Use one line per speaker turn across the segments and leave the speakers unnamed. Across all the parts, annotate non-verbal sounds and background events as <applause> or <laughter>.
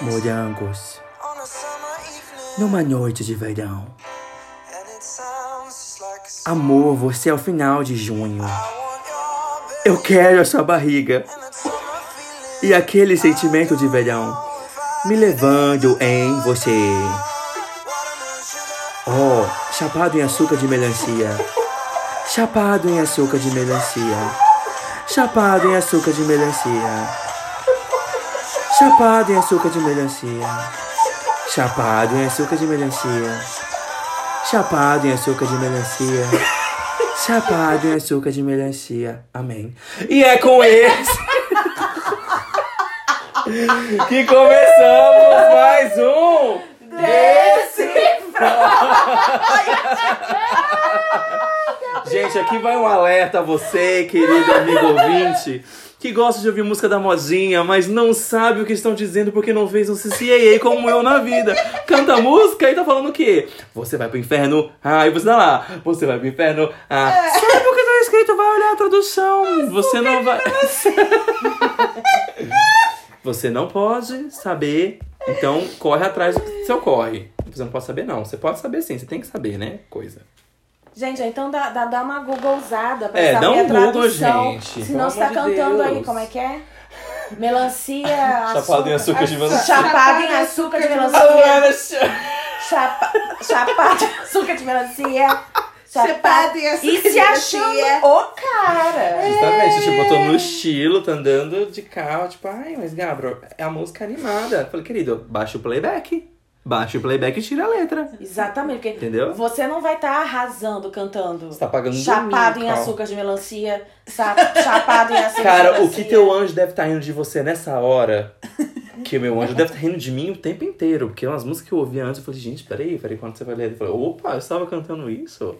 morangos numa noite de verão. Amor, você é o final de junho. Eu quero a sua barriga e aquele sentimento de verão me levando em você. Oh, chapado em açúcar de melancia. Chapado em açúcar de melancia. Chapado em açúcar de melancia. Chapado em açúcar de melancia. Chapado em açúcar de melancia. Chapado em açúcar de melancia. Chapado em açúcar de melancia. Amém. E é com esse que começamos mais um <laughs> Gente, aqui vai um alerta a você, querido amigo ouvinte, que gosta de ouvir música da modinha, mas não sabe o que estão dizendo porque não fez um CCAA como eu na vida. Canta música e tá falando o quê? Você vai pro inferno, ah, e você tá lá. Você vai pro inferno, ah. Sabe o que tá escrito? Vai olhar a tradução. Você não vai. Você não pode saber, então corre atrás do que você corre. Você não pode saber, não. Você pode saber sim, você tem que saber, né? Coisa.
Gente, então dá, dá, dá uma Googlezada pra
É,
saber
dá um
a tradução.
Google, gente.
Senão você tá
Pelo amor de
cantando aí,
Deus.
como é que é?
<laughs>
Melancia,
Chapado em açúcar de melancia.
Chapado em açúcar de melancia. Chapa, chapado em açúcar de melancia. Chapado em açúcar E se achando o cara.
Justamente, tipo, eu tô no estilo, tô andando de carro, tipo, ai, mas Gabriel, é a música animada. Eu falei, querido, baixa o playback. Baixa o playback e tira a letra.
Exatamente, porque
Entendeu?
você não vai estar arrasando cantando.
Você tá pagando de
Chapado
mim,
em
Cal.
açúcar de melancia. sa- Chapado em açúcar de
Cara, o
melancia.
que teu anjo deve estar rindo de você nessa hora? Que o meu anjo deve estar rindo de mim o tempo inteiro. Porque umas músicas que eu ouvia antes, eu falei, gente, peraí, peraí, quando você vai ler? Eu falei, opa, eu estava cantando isso?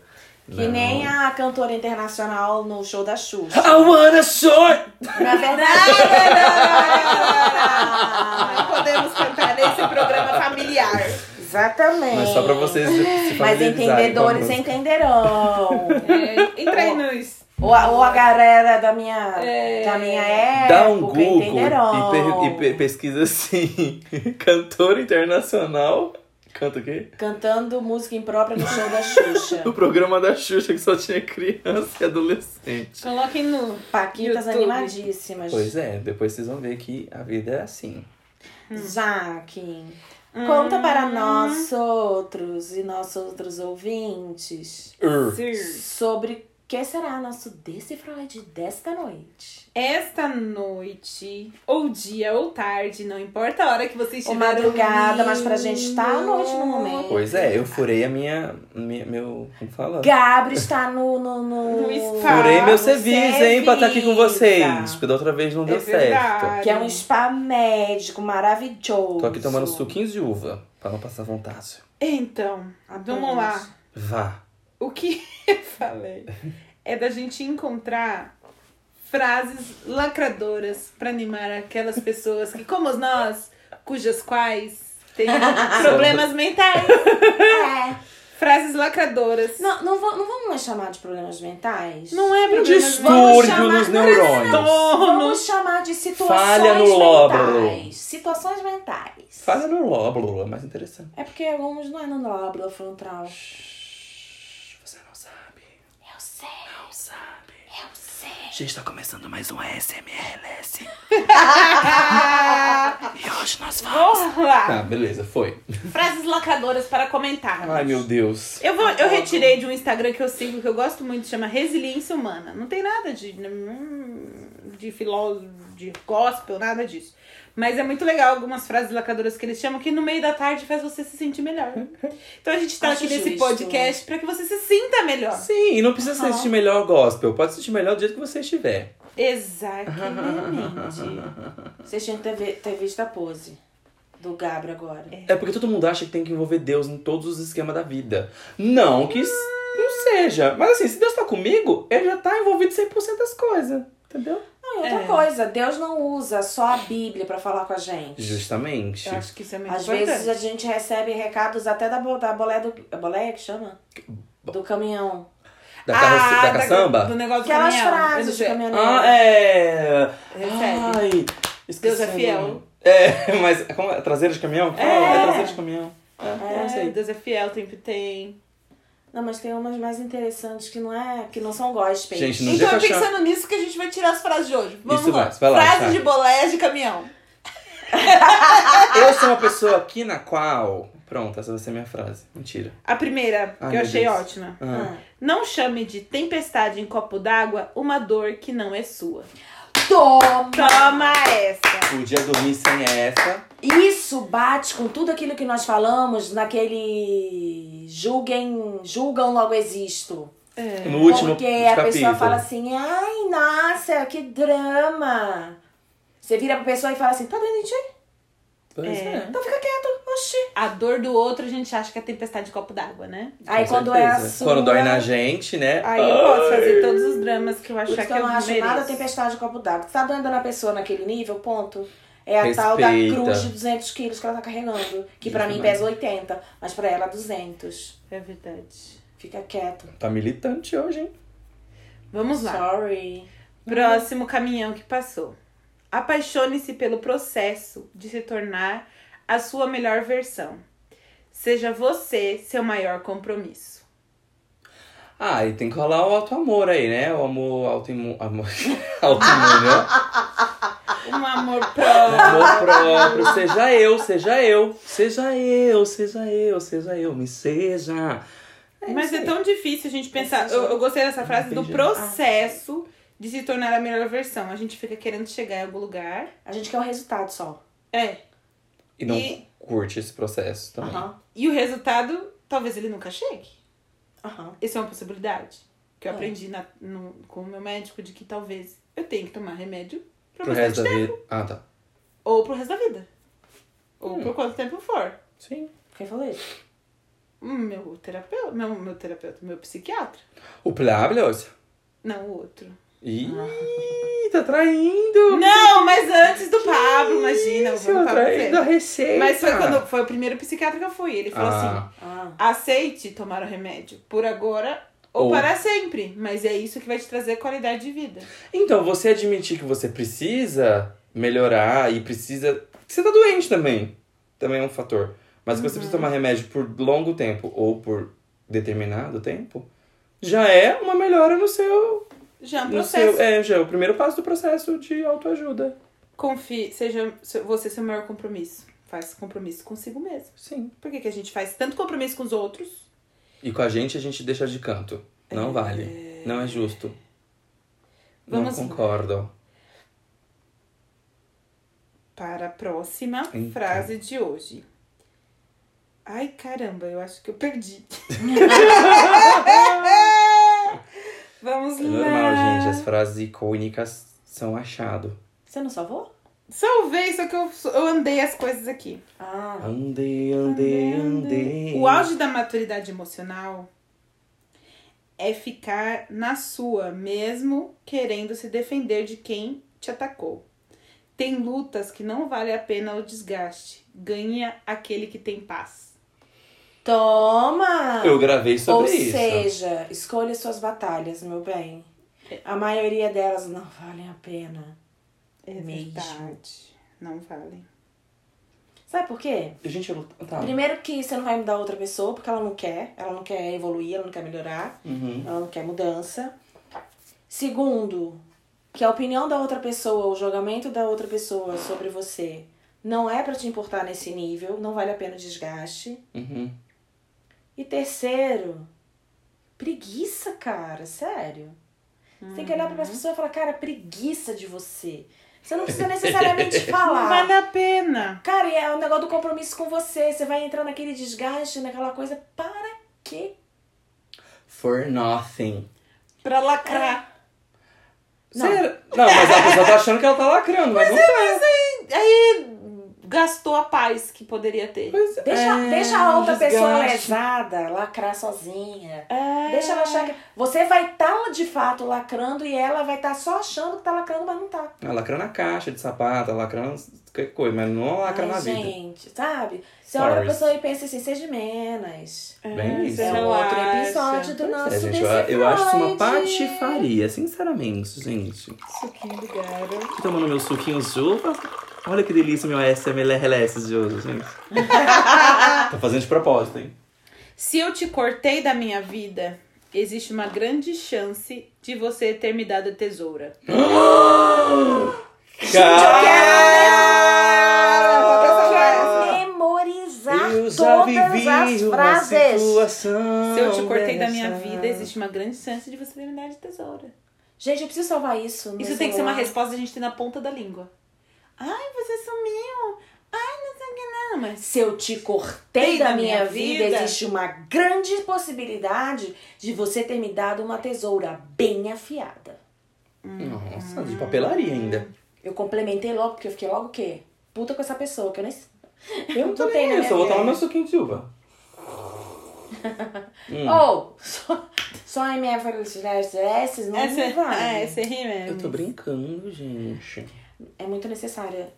Que nem a cantora internacional no show da Xuxa.
I wanna short!
Na verdade.
Não podemos cantar nesse programa familiar.
Exatamente.
Mas só pra vocês se
É. Mas
familiarizarem com a
entendedores
música.
entenderão.
É, Entra aí nos.
Ou a, ou a galera da minha,
É.
da minha época
Dá um Google
entenderão.
e, pe- e pe- pesquisa assim: <laughs> cantor internacional. Canta o quê?
Cantando música imprópria no show
<laughs>
da Xuxa.
O programa da Xuxa que só tinha criança e adolescente.
Coloquem no.
Paquitas
YouTube.
animadíssimas.
Pois é, depois vocês vão ver que a vida é assim.
Jaque, Hum.
Hum.
conta para nós outros e nós outros ouvintes
Ur.
Sir.
sobre o que será nosso Decifroid desta noite.
Esta noite, ou dia ou tarde, não importa a hora que vocês
Ou
estiver
madrugada,
dormindo.
mas pra gente tá à noite no momento.
Pois é, eu furei a minha. minha- meu. Como fala?
Gabri está no. no, no...
No spa.
Ah. Furei meu
no
serviço, hein, pra estar aqui com vocês.
serviço.
Porque da outra vez não
É
deu certo.
verdade.
Que é um spa médico maravilhoso.
Tô aqui tomando suquinhos de uva pra não passar vontade.
Então, vamos lá.
Vá.
O que <laughs> eu falei é da gente encontrar frases lacradoras pra animar aquelas pessoas que, como nós, cujas quais
<laughs>
têm problemas mentais.
É.
Frases lacradoras.
Não, não, vou- não vamos mais chamar de problemas mentais?
Não é
Um
problema.
Vamos
distúrbio
chamar-
nos
Não, não, não, não.
neurônios.
Vamos chamar de situações
Falha no
mentais.
lóbulo.
Situações mentais.
Falha no lóbulo, é mais interessante.
É porque alguns não é no lóbulo frontal.
Você não sabe,
Eu sei,
não sabe.
eu sei.
Gente, tá começando mais um SMRLS. E hoje nós
Vamos lá.
Tá, beleza, foi.
Frases lacradoras para comentar.
Ai, meu Deus. Tá
Eu, vou, eu retirei de um Instagram que eu sigo, que eu gosto muito, chama Resiliência Humana. Não tem nada de. né, hum, de filósofo, de gospel, nada disso. Mas é muito legal algumas frases lacradoras que eles chamam, que no meio da tarde faz você se sentir melhor. Então a gente tá
Acho
aqui nesse
justo.
podcast pra que você se sinta melhor.
Sim, e não precisa se
Aham.
sentir melhor gospel. Pode se sentir melhor do jeito que você estiver.
Exatamente.
Vocês tinham que ter, vi- ter visto a pose do Gabri agora.
É porque todo mundo acha que tem que envolver Deus em todos os esquemas da vida. Não que s- não seja. Mas assim, se Deus tá comigo, ele já tá envolvido 100% das coisas. Entendeu?
Não, e outra
É.
coisa, Deus não usa só a Bíblia pra falar com a gente.
Justamente.
Eu acho que isso é muito
Às
importante.
vezes a gente recebe recados até da, bo- da bolé do. A bolé que chama? Do caminhão.
Da, carroce- da
Ah, da-
caçamba?
Do negócio do
Aquelas
caminhão. Eu não Ah, é.
frases de
sei.
caminhoneiro.
Ah, é.
Recebe.
Ai, esqueci
Deus é fiel.
agora. É, <laughs> mas como é? Traseiro de caminhão?
É.
Fala, é traseiro de caminhão. É,
É,
não sei.
Deus é fiel, tempo tem.
Não, mas tem umas mais interessantes que não é, que não são gospel.
Gente, não
Então
deixa
é
achar.
pensando nisso que a gente vai tirar as frases de hoje. Vamos
Isso
lá.
vai, vai lá,
Frase
Sara.
de boleia de caminhão.
Eu sou uma pessoa aqui na qual. Pronto, essa vai ser minha frase. Mentira.
A primeira,
Ai,
que
meu
eu achei
Deus.
ótima.
Ah.
Não chame de tempestade em copo d'água uma dor que não é sua.
Toma!
Ah. Toma essa!
Podia dormir sem essa.
Isso bate com tudo aquilo que nós falamos naquele julguem, julgam logo existo.
É.
No último
Porque a
capítulo.
pessoa fala assim, ai, nossa, que drama. Você vira pra pessoa e fala assim, tá doendo em ti?
Pois
É.
é.
Então fica quieto, oxi.
A dor do outro a gente acha que é tempestade de copo d'água, né?
Aí
Com
quando é a
certeza.
sua...
Quando dói na gente, né?
Aí eu posso fazer todos os dramas que eu
Por isso
achar
que
que
eu
eu
não acho
mereço.
nada tempestade de copo d'água. Tá doendo na pessoa naquele nível, ponto. É a
Respeita.
tal da cruz de 200 quilos que ela tá carregando. Que pra mim pesa 80, mas pra ela 200.
É verdade.
Fica quieto.
Tá militante hoje, hein?
Vamos lá.
Sorry.
Próximo caminhão que passou. Apaixone-se pelo processo de se tornar a sua melhor versão. Seja você seu maior compromisso.
Ah, e tem que rolar o auto-amor aí, né? O amor autoimune. Amor... <laughs> autoimune, ó.
Um amor
O
próprio.
Amor próprio. Seja eu, seja eu. Seja eu, seja eu, seja eu. Me seja.
Mas é tão difícil a gente pensar.
Esse
Eu,
já-
eu gostei dessa frase do
entendi.
processo de se tornar a melhor versão. A gente fica querendo chegar em algum lugar.
A gente quer o resultado só.
É.
E não
E-
curte esse processo também.
Aham.
E o resultado, talvez ele nunca chegue.
Aham.
Isso é uma possibilidade. Que eu
É.
aprendi na- no- com o meu médico de que talvez eu tenha que tomar remédio pra
Pro
bastante
resto da vida. Ah, tá.
Ou pro resto da vida. Ou
Hum.
por quanto tempo for.
Sim.
Quem falou isso?
Hum, Meu terapeuta, meu, meu terapeuta, meu psiquiatra.
O Plábios.
Não, o outro.
Ih, tá traindo.
Não, mas antes do Pablo, imagina.
Isso,
o Pablo
traindo a
sempre.
receita.
Mas foi quando foi o primeiro psiquiatra que eu fui. Ele falou
Ah.
assim:
Ah.
aceite tomar o remédio por agora ou,
Ou-
para sempre. Mas é isso que vai te trazer qualidade de vida.
Então, você admitir que você precisa melhorar e precisa. Você tá doente também. Também é um fator. Mas que você precisa
Uhum.
tomar remédio por longo tempo ou por determinado tempo, já é uma melhora no seu.
Já é um
no
processo.
seu é, já é o primeiro passo do processo de autoajuda.
Confie, seja seu- você seu maior compromisso. Faz compromisso consigo mesmo.
Sim.
Por que, que a gente faz tanto compromisso com os outros?
E com a gente, a gente deixa de canto. Não vale. Não é justo.
Vamos lá.
Não concordo.
para a próxima
Então.
frase de hoje. Ai, caramba, eu acho que
<laughs>
eu perdi. Vamos
É
lá.
normal, gente. As frases icônicas são achado.
Você não salvou?
Salvei, só que eu, eu andei as coisas aqui.
Ah.
Andei, andei, andei.
O auge da maturidade emocional é ficar na sua, mesmo querendo se defender de quem te atacou. Tem lutas que não vale a pena o desgaste. Ganha aquele que tem paz.
Toma!
Eu gravei sobre
Ou
isso.
seja, escolha suas batalhas, meu bem. A maioria delas não valem a pena.
É
Mesmo.
verdade. Não vale.
Sabe por quê?
Gente, eu... Tá.
Primeiro que você não vai mudar outra pessoa, porque ela não quer. Ela não quer evoluir, ela não quer melhorar.
Uhum.
Ela não quer mudança. Segundo, que a opinião da outra pessoa, o julgamento da outra pessoa sobre você não é pra te importar nesse nível, não vale a pena o desgaste.
Uhum.
E terceiro, preguiça, cara, sério. Você tem que olhar
Uhum.
para as pessoas e falar, cara, preguiça de você. Você não
<laughs>
precisa necessariamente
Não
falar.
vale a pena.
Cara, e é o negócio do compromisso com você. Você vai entrar naquele desgaste, naquela coisa. Para quê?
For nothing.
Pra lacrar.
Não. é,
Sério? Não, mas a pessoa tá achando que ela tá lacrando, mas, não tá.
É. Aí gastou a paz que poderia ter.
Mas
Deixa,
é,
deixa a outra
desgaste.
pessoa lesada lacrar sozinha.
É.
Deixa ela achar que. Você vai estar de fato lacrando e ela vai estar só achando que tá lacrando, mas não tá.
Ela lacra na caixa de sapato, ela lacra na- qualquer coisa, mas não lacra
Ai,
na vida.
gente, sabe? Você olha pra
Sorry.
pessoa e pensa assim, seja menos.
Bem isso.
É um outro episódio do nosso
É, gente, eu,
Decifroide.
eu acho isso uma patifaria, sinceramente, gente.
Suquinho do garo.
Tô tomando meu suquinho de uva. Olha que delícia meu SMLRLS de hoje,
<laughs>
gente. tá fazendo de propósito, hein?
Se eu te cortei da minha vida, existe uma grande chance de você ter me dado a tesoura.
Ah,
Cara!
Ah.
Memorizar
Eu
todas
já vivi
as
uma
frases.
situação.
Se eu te cortei da minha
dessa.
vida, existe uma grande chance de você ter me dado a tesoura.
Gente, eu preciso salvar isso. no
Isso
meu
tem que ser uma
celular.
resposta que a gente tem na ponta da língua. Ai, você sumiu. Ai, não sei o que não. Mas
Se eu te cortei
Tem
da
na
minha,
minha
vida,
vida.
existe uma grande possibilidade de você ter me dado uma tesoura bem afiada.
Nossa, de papelaria ainda.
Eu complementei logo, porque eu fiquei logo o quê? Puta com essa pessoa, que eu nem. Eu não
Também
tenho
é isso, eu vou tomar meu suquinho de uva. Hum.
Ou, Oh, só, só MFLS né? não
essa,
não vai.
é, essa rima é
Eu tô brincando, gente.
É muito necessária.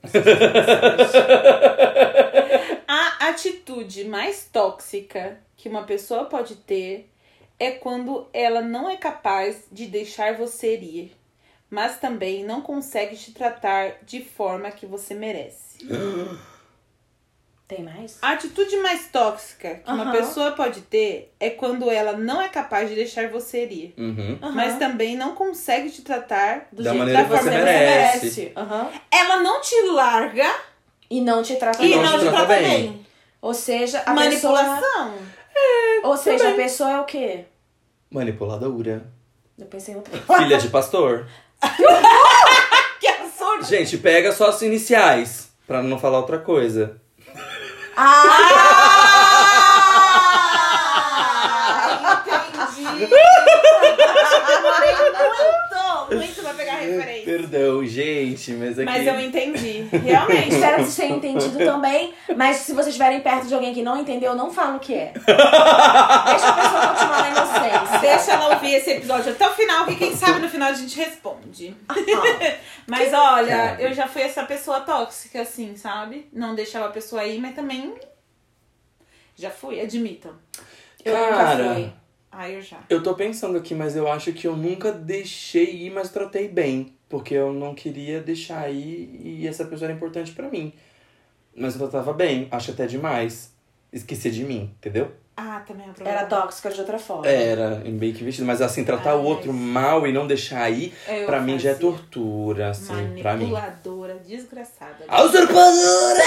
A atitude mais tóxica que uma pessoa pode ter é quando ela não é capaz de deixar você ir, mas também não consegue te tratar de forma que você merece.
Tem mais?
A atitude mais tóxica que uma
Aham.
pessoa pode ter é quando ela não é capaz de deixar você ir,
Uhum.
Aham.
Ah, mas também não consegue te tratar do
Da
jeito,
maneira
da
que
forma
você
que
merece.
você merece.
Aham.
Ela não te larga
E não te trata
e
não
não te trata bem.
Ou seja, a pessoa.
Manipulação.
<laughs> Ou seja, a pessoa é o quê?
<laughs> Manipuladora.
Eu pensei em outra <laughs>
Filha de pastor.
Que absurdo!
Gente, pega só as iniciais, pra não falar outra coisa.
Ah! Entendi! Demorei então. muito, muito pra pegar a referência.
Perdão, gente, mas é aqui... <laughs>
Mas eu entendi, realmente.
Espero que vocês tenham entendido também, mas se vocês estiverem perto de alguém que não entendeu, não fala o que é. Deixa a pessoa continuar na inocência.
Deixa ela ouvir esse episódio até o final, que quem sabe no final a gente responde. Mas olha,
Cara.
eu já fui essa pessoa tóxica, assim, sabe? Não deixava a pessoa ir, mas também. Já fui, admitam.
Eu nunca
Cara.
fui.
Ah, eu já.
Eu tô pensando aqui, mas eu acho que eu nunca deixei ir, mas tratei bem. Porque eu não queria deixar ir e essa pessoa era importante pra mim. Mas eu tratava bem, acho até demais. Esquecer de mim, entendeu?
Ah, também é um problema.
Era tóxica de outra forma.
Era bem que vestido, mas assim, tratar o
Ai.
outro mal e não deixar ir,
Eu
pra mim já é
fazia.
tortura, assim, pra mim. Ah,
Manipuladora, desgraçada.
A usurpadora!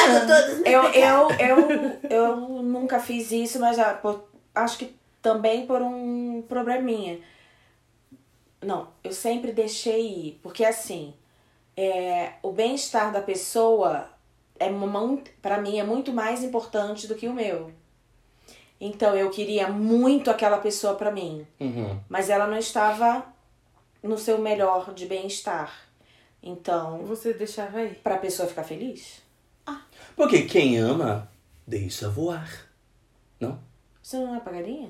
Eu, eu, eu, eu nunca fiz isso, mas já por- acho que também por um probleminha. Não, eu sempre deixei ir. Porque assim, é, o bem-estar da pessoa é para mim é muito mais importante do que o meu. Então eu queria muito aquela pessoa pra mim
Uhum.
mas ela não estava no seu melhor de bem-estar. Então,
Você deixava aí?
pra pessoa ficar feliz,
Porque quem ama, deixa voar. Não?
você não é pra galinha?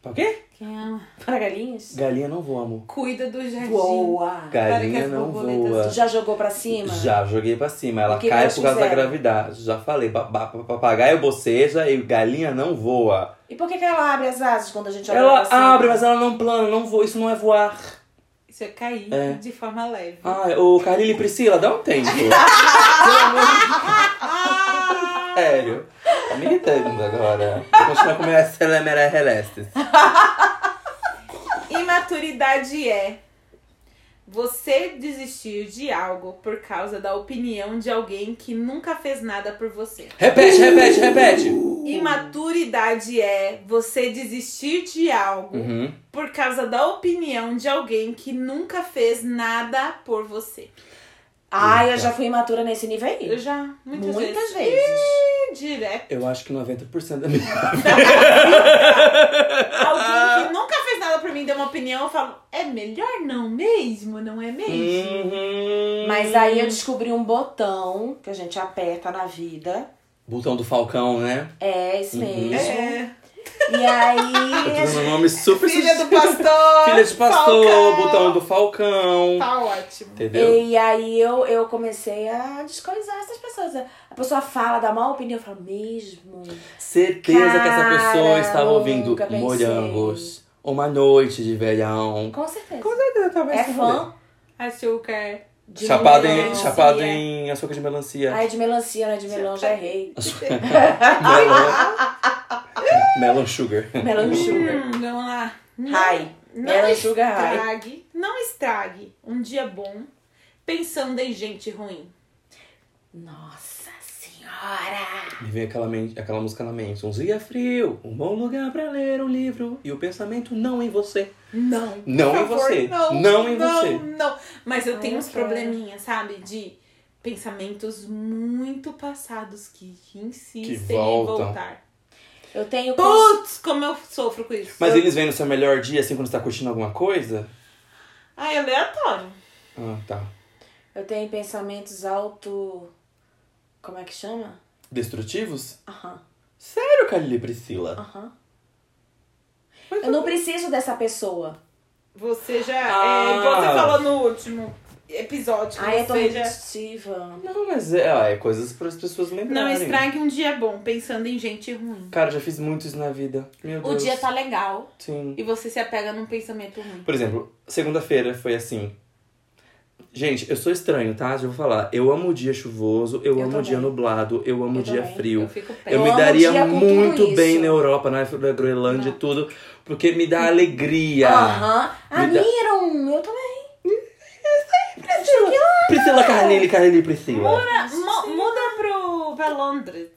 Pra quê?
Quem ama?
Para galinhas?
Galinha não voa, amor.
Cuida do jardim.
Boa!
Galinha
as
não
borboletas-
voa.
Tu já jogou pra cima?
Já joguei pra cima. Ela
O que
cai
elas
por causa da
fizeram?
gravidade. Já falei, ba- ba- pa- papagaio boceja e galinha não voa.
E por que, que ela abre as asas quando a gente joga
Ela
pra cima?
abre, mas ela não plana, não voa. Isso não é voar.
Isso é cair
É.
de forma leve.
Ai, ô Carlyle e Priscila, dá um
<laughs>
tempo. Pelo amor de Sério. Tá me irritando agora. Vou continuar com minha Celemera Relestes.
Imaturidade é você desistir de algo por causa da opinião de alguém que nunca fez nada por você.
Repete, repete, repete.
Uh.
Imaturidade é você desistir de
Hum.
algo
Uhum.
por causa da opinião de alguém que nunca fez nada por você.
Ai, eu já fui imatura nesse nível
Eu
aí.
já muitas,
Muitas
vezes,
vezes.
Ih, direto.
Eu acho que 90% da minha.
<laughs>
Alguém que nunca fez nada por mim deu uma opinião, eu falo, é melhor não mesmo, não é mesmo?
Uhum.
Mas aí eu descobri um botão que a gente aperta na vida.
Botão do Falcão, né?
É esse
Uhum.
mesmo.
É.
E
<laughs> Tá
aí. a
dando um nome super
Filha
sus-
do
<laughs>
pastor!
Filha de pastor,
Falcão.
botão do Falcão.
Tá ótimo.
Entendeu?
E aí eu, eu comecei a descoisar essas pessoas. A pessoa fala, dá mal opinião, eu falo, mesmo?
Certeza que essa
Cara,
pessoa estava ouvindo
nunca pensei.
Morangos. Uma noite de verão.
Com certeza.
certeza,
É fã.
Açúcar.
De
chapado em,
melancia.
chapado em açúcar de melancia.
Ai, de melancia, não é de melão, já errei.
Melon... Melon sugar.
Melão sugar.
Hum, vamos lá.
High.
Não
Ela enxuga a
estrague, não estrague um dia bom pensando em gente ruim.
Nossa senhora!
Me vem aquela, mente- aquela música na mente. Um dia frio, um bom lugar pra ler um livro. E o pensamento não em você.
Não.
Não
Por
em
favor,
você.
Não,
Não em
não,
você.
Não, Mas eu
Ai,
tenho
eu
uns
quero.
probleminhas, sabe? De pensamentos muito passados que insistem
Que
em
voltam.
voltar.
Eu tenho. cons-
Putz, como eu sofro com isso.
Mas eles vêm no seu melhor dia, assim, quando você tá curtindo alguma coisa?
Ai, é aleatório.
Ah, tá.
Eu tenho pensamentos auto. Como é que chama?
Destrutivos?
Aham,
Sério, Kalil e Priscila?
aham.
Mas
Eu não preciso dessa pessoa.
Você já.
Ah.
É, igual você falou no último episódio. Que
Ai, é tão
você já...
repetitiva.
Não, mas é, ah, é coisas para as pessoas lembrarem.
Não estrague um dia bom pensando em gente ruim.
Cara, já fiz muito isso na vida. Meu
O
Deus.
dia tá legal
Sim.
e você se apega num pensamento ruim.
Por exemplo, segunda-feira foi assim. Gente, eu sou estranho, tá? Já vou falar. Eu amo o dia chuvoso, eu,
Eu
amo o
também.
dia nublado, eu amo o
Eu
dia
também.
frio.
Eu fico
Eu,
Eu
perto.
me
amo
daria
dia com tudo
muito bem
isso.
na Europa, na África, na Groenlândia e tudo, porque me dá alegria.
Aham. A
Me dá-
Miron, eu também.
Priscila Carnelli, Carnelli Priscila.
Mu- Muda pro, pra Londres.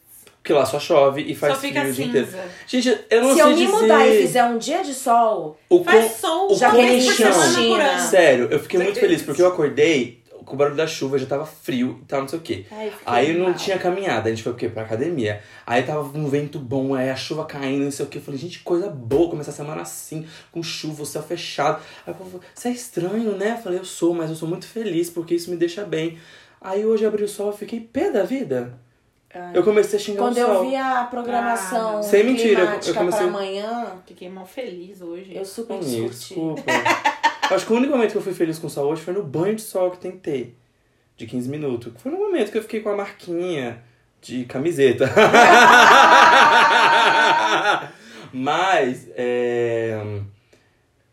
Porque lá só chove e faz
Só fica
frio o dia
cinza.
inteiro. Gente, eu não
Se
sei
eu me
dizer
mudar e fizer um dia de sol,
o quão-
Faz sol
o
já
quão
vez por
chão.
semana por
China.
ano.
Sério, eu fiquei muito
Você-
feliz, porque eu acordei com o barulho da chuva, já tava frio e tal, não sei o quê.
Ai, eu fiquei
Aí eu não
mal.
tinha caminhada, a gente foi o quê? Pra academia. Aí tava um vento bom, aí a chuva caindo, não sei o quê. Eu falei, gente, coisa boa começar a semana assim, com chuva, o céu fechado. Aí o povo falou, você é estranho, né? Eu falei, eu sou, mas eu sou muito feliz porque isso me deixa bem. Aí hoje abriu o sol, eu fiquei pé da vida.
Ai.
Eu comecei a xingar
quando
o um sol.
eu vi a programação
Ah,
Sem mentira, eu- eu
climática
comecei-
pra amanhã,
Fiquei mal feliz hoje.
eu super
Amigo,
discuti.
desculpa. Acho que o único momento que eu fui feliz com o sol hoje foi no banho de sol que tentei. De 15 minutos. Foi no momento que eu fiquei com a marquinha de camiseta. <laughs> Mas, é...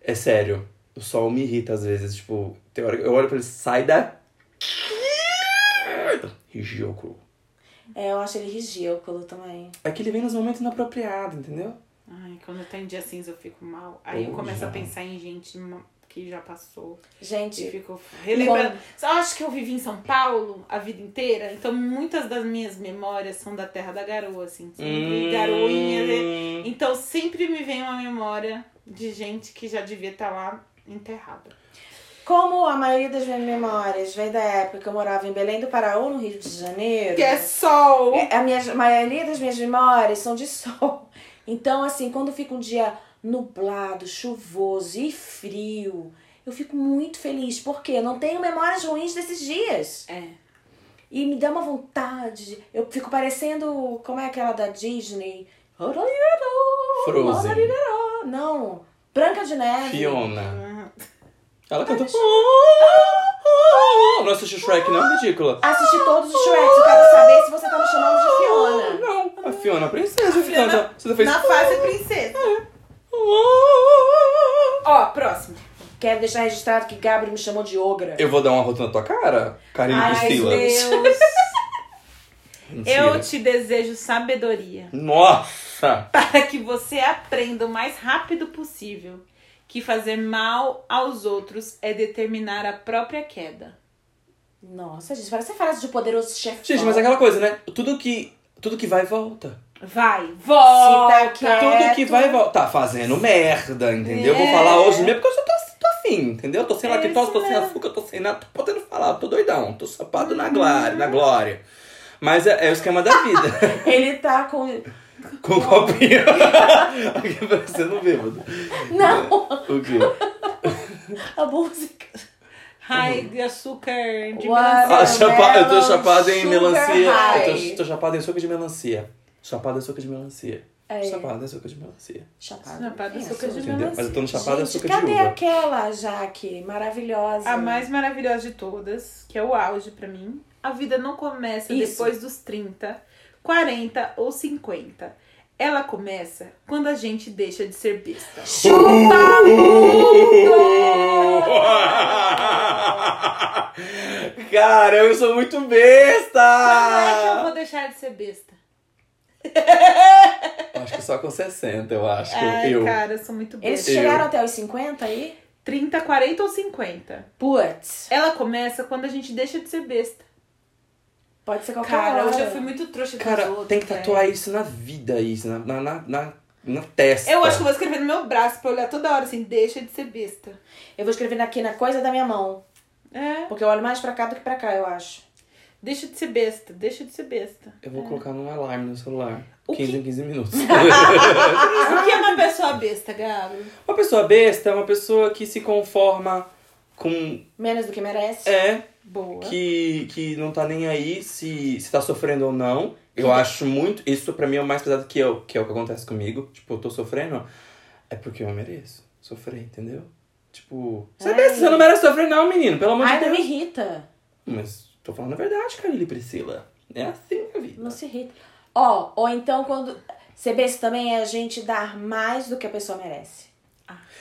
É sério. O sol me irrita às vezes. Tipo, tem hora que eu olho pra ele, sai daqui! Ridículo.
É, eu acho ele ridículo também.
É que ele vem nos momentos inapropriados, entendeu?
Ai, quando tá em dia cinza eu fico mal. Aí eu
Oh,
começo
já.
a pensar em gente ma- que já passou. E
Gente,
fico relembrando. Eu acho que eu vivi em São Paulo a vida inteira. Então muitas das minhas memórias são da terra da garoa, assim. Sempre garoinha, né?
Hum.
Então sempre me vem uma memória de gente que já devia estar lá enterrada.
como a maioria das minhas memórias vem da época que eu morava em Belém do Pará ou no Rio de Janeiro.
Que é sol!
É, A minha, a maioria das minhas memórias são de sol. Então, assim, quando fica um dia nublado, chuvoso e frio, eu fico muito feliz, porque eu não tenho memórias ruins desses dias.
É.
E me dá uma vontade. de- Eu fico parecendo. Como é aquela da Disney?
Frozen.
Não. Branca de Neve.
Fiona.
Uhum.
Ela canta. Não assistiu Shrek, não? é Ridícula.
Assisti todos os Shreks. Eu quero saber se você tá me chamando de Fiona.
Não, a Fiona é a princesa. que
Fiona-
canta. Você fez.
Na fase princesa. Ó, próximo.
Quero deixar registrado que Gabriel me chamou de Ogra.
Eu vou dar uma rota na tua cara, Karine
Ai,
Priscila.
Deus.
Mentira.
Eu te desejo sabedoria <laughs>
Nossa!
para que você aprenda o mais rápido possível que fazer mal aos outros é determinar a própria queda.
Nossa, gente, parece frase de poderoso chefe.
Gente, mas é aquela coisa, né? Tudo que. Tudo que vai, volta.
Vai, volta.
Se tá
Tudo que
Certo.
vai, volta. Tá fazendo merda, entendeu? Vou
É.
falar hoje mesmo porque eu só tô, tô afim, entendeu? Tô sem
É
lactose, tô
isso
sem
mesmo.
açúcar, tô sem nada. Tô podendo falar, tô doidão. Tô sapado na glória. Na glória. Mas é- é o esquema da vida.
<laughs> Ele tá com.
Com o copinho. <laughs> Aqui parecendo bêbado.
Não!
<laughs> O quê?
A música.
Ai, de açúcar de
What?
melancia.
Ah, chapa- eu tô
Melon
chapado em
sugar
melancia. Eu
high.
tô, tô chapado em açúcar de melancia. Chapado em açúcar de melancia.
É.
Chapado em açúcar de melancia.
Chapada.
Chapada,
Isso.
açúcar de
Entendeu? Mas eu tô no chapado em
Gente,
açúcar de
cadê
uva.
aquela, Jaque? Maravilhosa.
A mais maravilhosa de todas, que é o auge pra mim. A vida não começa
Isso.
depois dos 30, 40 ou 50. Ela começa quando a gente deixa de ser besta.
Chupa! bunda!
<laughs> Cara, eu sou muito Ah.
Quando é que eu
besta!
vou deixar de ser besta?
Acho que só com 60, eu acho. que
Ai,
Tipo, eu,
cara, eu sou muito
Eles
besta.
Eu.
chegaram até os 50 aí?
30, 40 ou 50?
Putz,
Ela começa quando a gente deixa de ser besta.
pode ser qualquer
Cara,
hora.
hoje eu fui muito trouxa com os
Cara,
outros,
tem que
velho.
tatuar isso na vida, isso, na, na, na, na, na testa.
Eu acho que eu vou escrever no meu braço pra olhar toda hora assim, deixa de ser besta.
Eu vou escrever aqui na coisa da minha mão.
É.
Porque eu olho mais pra cá do que pra cá, eu acho.
Deixa de ser besta, deixa de ser besta.
<laughs> Eu vou colocar num alarme no celular.
O
15
que-
em 15
<laughs>
minutos.
O que é uma pessoa besta, Gabi?
uma pessoa besta é uma pessoa que se conforma com.
Menos do que merece.
É,
Boa.
que, que não tá nem aí se, se tá sofrendo ou não. Eu acho muito. Isso pra mim é o mais pesado que, eu, que é o que acontece comigo. Tipo, eu tô sofrendo. É porque eu mereço sofrer, entendeu? Tipo, você, é
Ai.
besta, você não merece sofrer, não, menino. Pelo amor
Ai,
de
não
Deus.
me irrita.
Mas tô falando a verdade, Carille e Priscila. É assim a vida.
Não se irrita. Ó, ou então quando. Ser besta também é a gente dar mais do que a pessoa merece.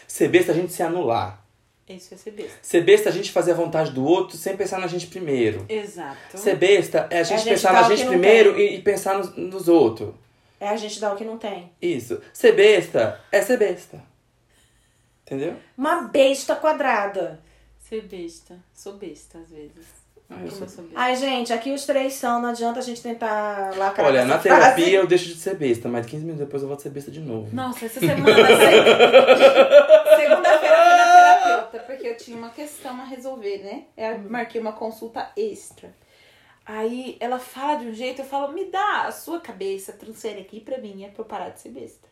Ser besta é a gente se anular.
Isso é ser besta.
Ser besta é a gente fazer a vontade do outro sem pensar na gente primeiro.
Exato.
Ser besta é a gente
Então, gente
pensar
dar
na
o que
gente
não
primeiro e, e pensar nos, nos outros.
É a gente dar o que não tem.
Isso. Ser besta é ser besta. Entendeu?
Uma besta quadrada.
Ser besta. Sou besta às vezes.
Ah, eu
Como
sou-
eu sou besta.
Ai, gente, aqui os três são. Não adianta a gente tentar lacrar.
Olha,
essa
na
frase.
terapia eu deixo de ser besta, mas 15 minutos depois eu volto a ser besta de novo.
Nossa, essa semana. se- <laughs> Segunda-feira eu fui na terapeuta, porque eu tinha uma questão a resolver, né? Eu marquei uma consulta extra. Aí ela fala de um jeito, eu falo, me dá a sua cabeça, transfere aqui pra mim, é pra eu parar de ser besta.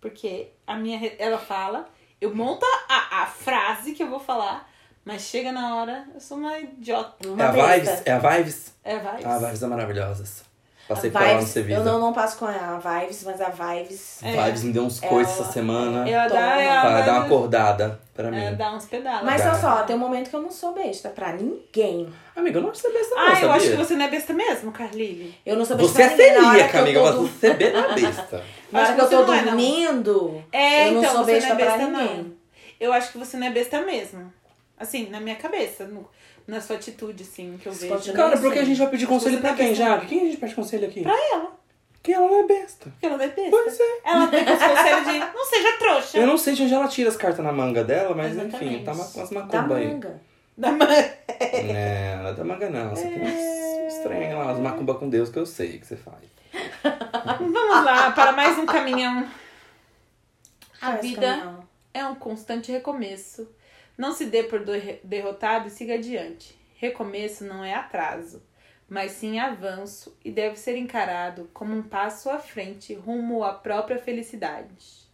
Porque a minha. re- Ela fala, eu monto a, a frase que eu vou falar, mas chega na hora, eu sou uma idiota.
é
Uma
a
besta.
Vibes? É a Vibes?
É, vai.
Ah, Vibes é maravilhosas. Passei
A
por lá no
Vibes,
Sevilla.
Eu não, não passo com a Vibes, mas a Vibes.
É.
Vibes me deu uns
É
coisas
ela-
essa semana
Ela dá, ela
pra dar uma
dá-
acordada pra mim.
é, dá uns pedaços.
Mas
Tá.
olha só, tem um momento que eu não sou besta pra ninguém.
Amiga, eu não acho que você é besta não,
Ah, eu
sabia?
acho que você não é besta mesmo, Carlile.
Eu não sou besta
Você é
pra ninguém. Na hora que
celíaca,
eu
amiga.
tô
Eu
du-
gosto de ser bem na besta.
Na hora
Acho
que eu
que
tô
você não é, não.
dormindo,
É,
Eu não
então
sou
você
besta
não é
pra
besta, não.
ninguém.
Eu acho que você não é besta mesmo. Assim, na minha cabeça, no- na sua atitude, assim, que eu
Você
vejo.
continua-
Cara,
não
porque a
sei.
gente vai pedir conselho
Você
pra
tá
quem
pensando-
já? Quem a gente pede conselho aqui?
Pra ela,
Porque ela não é besta.
porque ela não é besta.
Pois é.
Ela pega os conselhos de não seja trouxa.
Eu não sei de onde ela tira as cartas na manga dela, mas enfim,
Exatamente.
tá uma, umas
dá
macumba aí.
manga.
Da mãe.
É, não é da manga não. Você tem
É.
uns estranhos lá, umas macumba com Deus que eu sei que você faz.
Vamos lá, para mais um caminhão. A
Parece
vida-
que eu não.
É um constante recomeço. Não se dê por do- derrotado e siga adiante. Recomeço não é atraso, mas sim avanço e deve ser encarado como um passo à frente rumo à própria felicidade.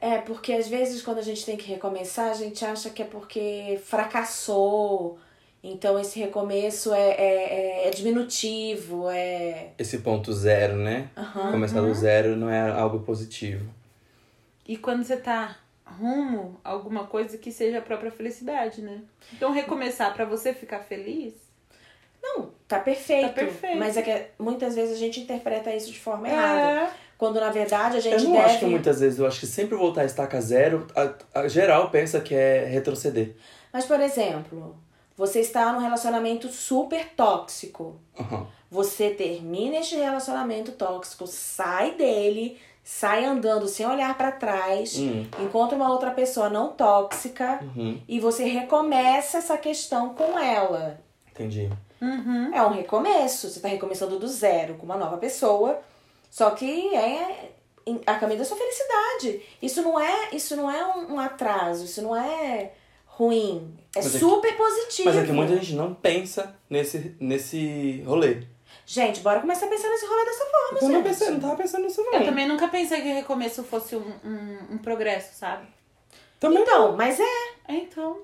É, porque às vezes quando a gente tem que recomeçar, a gente acha que é porque fracassou. Então esse recomeço é, é, é- é diminutivo, é.
Esse ponto zero, né?
Aham.
Começar do zero não é algo positivo.
E quando você tá rumo a alguma coisa que seja a própria felicidade, né? Então recomeçar pra você ficar feliz
Não, tá perfeito.
Tá perfeito.
Mas é que muitas vezes a gente interpreta isso de forma errada.
é
Quando na verdade a gente
Eu não
deve.
acho que é muitas vezes, eu acho que sempre voltar a estaca zero, a, a geral pensa que é retroceder.
Mas, por exemplo, você está num relacionamento super tóxico.
Aham.
Você termina este relacionamento tóxico, sai dele, sai andando sem olhar pra trás,
Hum,
encontra uma outra pessoa não tóxica
uhum.
e você recomeça essa questão com ela.
Entendi.
Uhum.
É um recomeço, você tá recomeçando do zero com uma nova pessoa, só que é em- a caminho da sua felicidade. Isso não é, isso não é um, um atraso, isso não é ruim, é
Mas é que-
super positivo.
Mas é que muita gente não pensa nesse, nesse rolê.
Gente, bora começar a pensar nesse rolê dessa forma,
eu não,
gente.
pensei, não tava pensando nisso, não.
Eu também nunca pensei que recomeço fosse um, um, um progresso, sabe?
Também
Então, mas é
É, Então,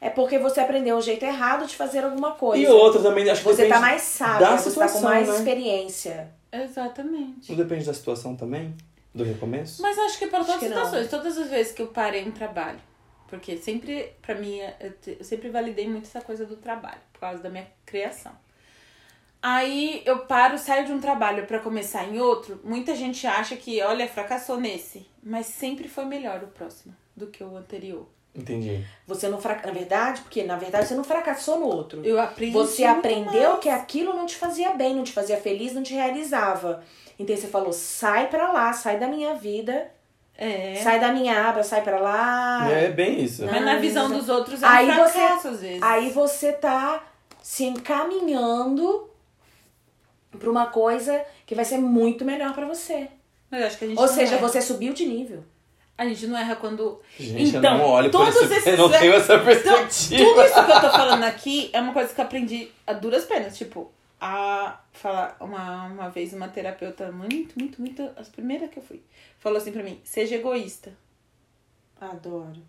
É porque você aprendeu o jeito errado de fazer alguma coisa.
E outra também, acho que
Você
depende,
tá mais sábia,
da
você tá
situação,
com mais
né?
experiência.
exatamente.
não depende da situação também? Do recomeço?
Mas acho que é para
Acho
todas as
que não.
situações, todas as vezes que eu parei um trabalho, porque sempre, pra mim, é, eu te- eu sempre validei muito essa coisa do trabalho, por causa da minha criação. Aí eu paro, saio de um trabalho pra começar em outro. Muita gente acha que, olha, fracassou nesse, mas sempre foi melhor o próximo do que o anterior.
Entendi.
Você não fraca... Na verdade, porque na verdade você não fracassou no outro.
Eu aprendi.
Você
muito
aprendeu
mais.
que aquilo não te fazia bem, não te fazia feliz, não te realizava. Então você falou: sai pra lá, sai da minha vida,
É.
sai da minha aba, sai pra lá.
É bem isso.
Ah, Não.
Mas na visão dos outros é um
Aí você-
fracasso, às vezes.
Aí você tá se encaminhando pra uma coisa que vai ser muito melhor pra você.
Mas acho que a gente
Ou
não é.
seja,
erra.
você subiu de nível.
A gente não erra quando...
Gente,
Então,
eu não olho por
todos
isso. <laughs> Eu
esses
não
le-
tenho essa
Então,
perspectiva.
tudo isso que eu tô falando aqui é uma coisa que eu aprendi a duras penas. Tipo, a falar uma, uma vez uma terapeuta muito, muito, muito. As primeiras que eu fui. Falou assim pra mim: seja egoísta.
Adoro.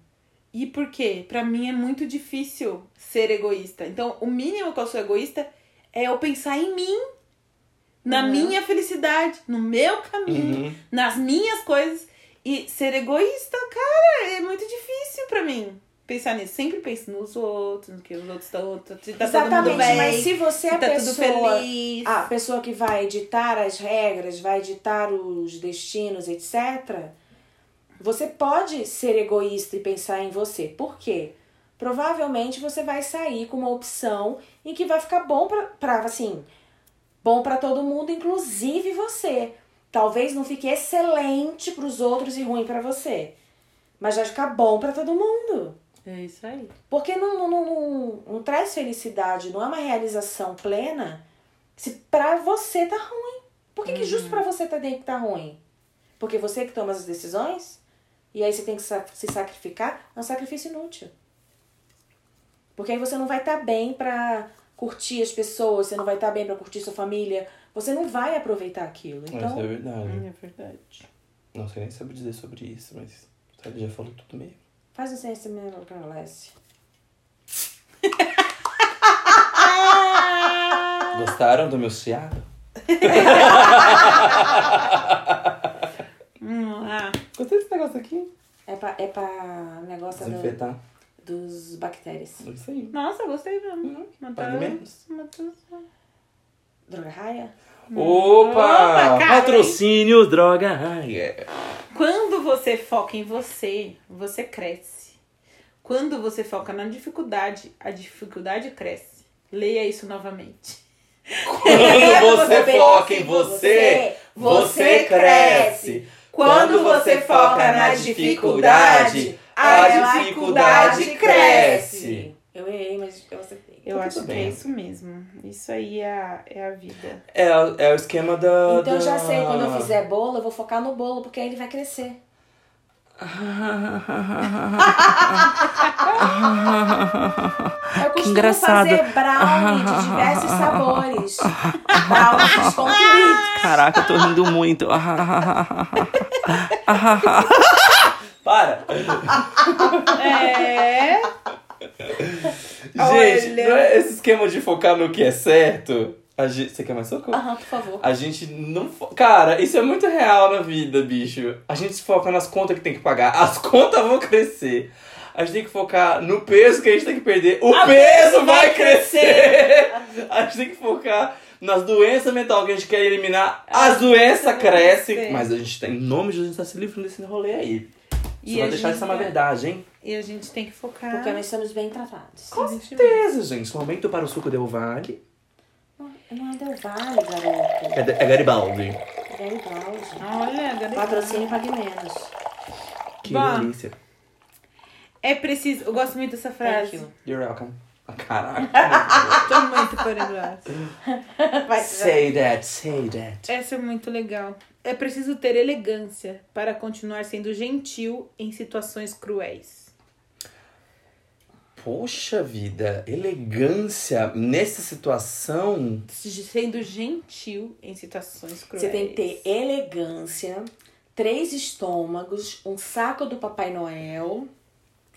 E por quê? Pra mim é muito difícil ser egoísta. Então, o mínimo que eu sou egoísta é eu pensar em mim. Na
Uhum.
minha felicidade, no meu caminho,
Uhum.
nas minhas coisas. E ser egoísta, cara, é muito difícil pra mim pensar nisso. Sempre penso nos outros, no que os outros estão. Tá todo mundo
Exatamente,
bem,
mas se você é
se
a
tá tudo
pessoa Ah.
feliz.
a pessoa que vai ditar as regras, vai ditar os destinos, etc. Você pode ser egoísta e pensar em você. Por quê? Provavelmente você vai sair com uma opção em que vai ficar bom pra, pra assim, bom pra todo mundo, inclusive você. Talvez não fique excelente pros outros e ruim pra você, mas vai ficar bom pra todo mundo.
É isso aí.
Porque não, não, não, não, não traz felicidade, não é uma realização plena se pra você tá ruim. Por que, que justo pra você tá, tem que tá ruim? Porque você que toma as decisões e aí você tem que sa- se sacrificar, é um sacrifício inútil. Porque aí você não vai estar tá bem pra curtir as pessoas, você não vai estar tá bem pra curtir sua família, você não vai aproveitar aquilo.
Essa é
Então,
verdade.
É verdade.
Não sei nem saber dizer sobre isso, mas ele já falou tudo mesmo.
faz um senso melhor pra Alessia. Ah.
Gostaram do meu chiado?
Hum, ah,
Gostei desse negócio aqui.
É pra, é pra negócio do,
Desinfetar.
dos bactérias.
É isso aí.
nossa, gostei mesmo.
Uhum.
Então,
Matar-
Pague menos.
matar-
Droga raia?
Opa!
Opa, cara,
Patrocínio Droga
É.
Raia.
Quando você foca em você, você cresce. Quando você foca na dificuldade, a dificuldade cresce. Leia isso novamente.
<laughs>
Quando você
Você
foca em
pensa em
você,
assim você,
você
você
cresce. Quando você foca na dificuldade, a dificuldade cresce.
Eu errei, mas eu acertei.
Eu
Tá
acho
tudo
que
bem.
é isso mesmo. Isso aí é a, é a
<laughs>
vida.
É, é o esquema da.
Então eu já
da-
sei, quando eu fizer bolo, eu vou focar no bolo, porque aí ele vai crescer. Eu costumo
engraçado.
fazer brownie de diversos sabores. brownie desconstruído.
Caraca, tô rindo muito. Para!
É.
Gente,
Olha.
não é esse esquema de focar no que é certo. A gente... Você quer mais socorro?
Aham, por favor.
A gente não. fo- Cara, isso é muito real na vida, bicho. A gente se foca nas contas que tem que pagar. As <laughs> contas vão crescer. A gente tem que focar no peso que a gente tem que perder. O
A
peso
peso
vai
vai
crescer! <laughs> a gente tem que focar nas doenças mentais que a gente quer eliminar.
Ah,
As doenças crescem.
crescem.
Mas a gente tem. Em nome de Jesus, a gente tá se livrando desse rolê aí. Você
E
vai
a
deixar
gente-
isso uma verdade, hein?
E a gente tem que focar.
Porque nós somos bem tratados.
Com certeza.
Beleza, gente. Momento para o suco Del Valle.
Não é Del Vale, garoto.
É, de- é Garibaldi.
É Garibaldi.
Olha,
é
galera.
Patrocínio Pague Menos.
Que
Bah.
delícia.
É preciso. Eu gosto muito dessa
Thank
frase.
you.
You're welcome. Ah,
<laughs>
Caraca.
Tô
<laughs>
muito paraguaço.
Vai,
say that, say that.
Essa é muito legal. É preciso ter elegância para continuar sendo gentil em situações cruéis.
Poxa vida, elegância nessa situação.
Sendo gentil em situações cruéis.
Você tem que ter elegância, três estômagos, um saco do Papai Noel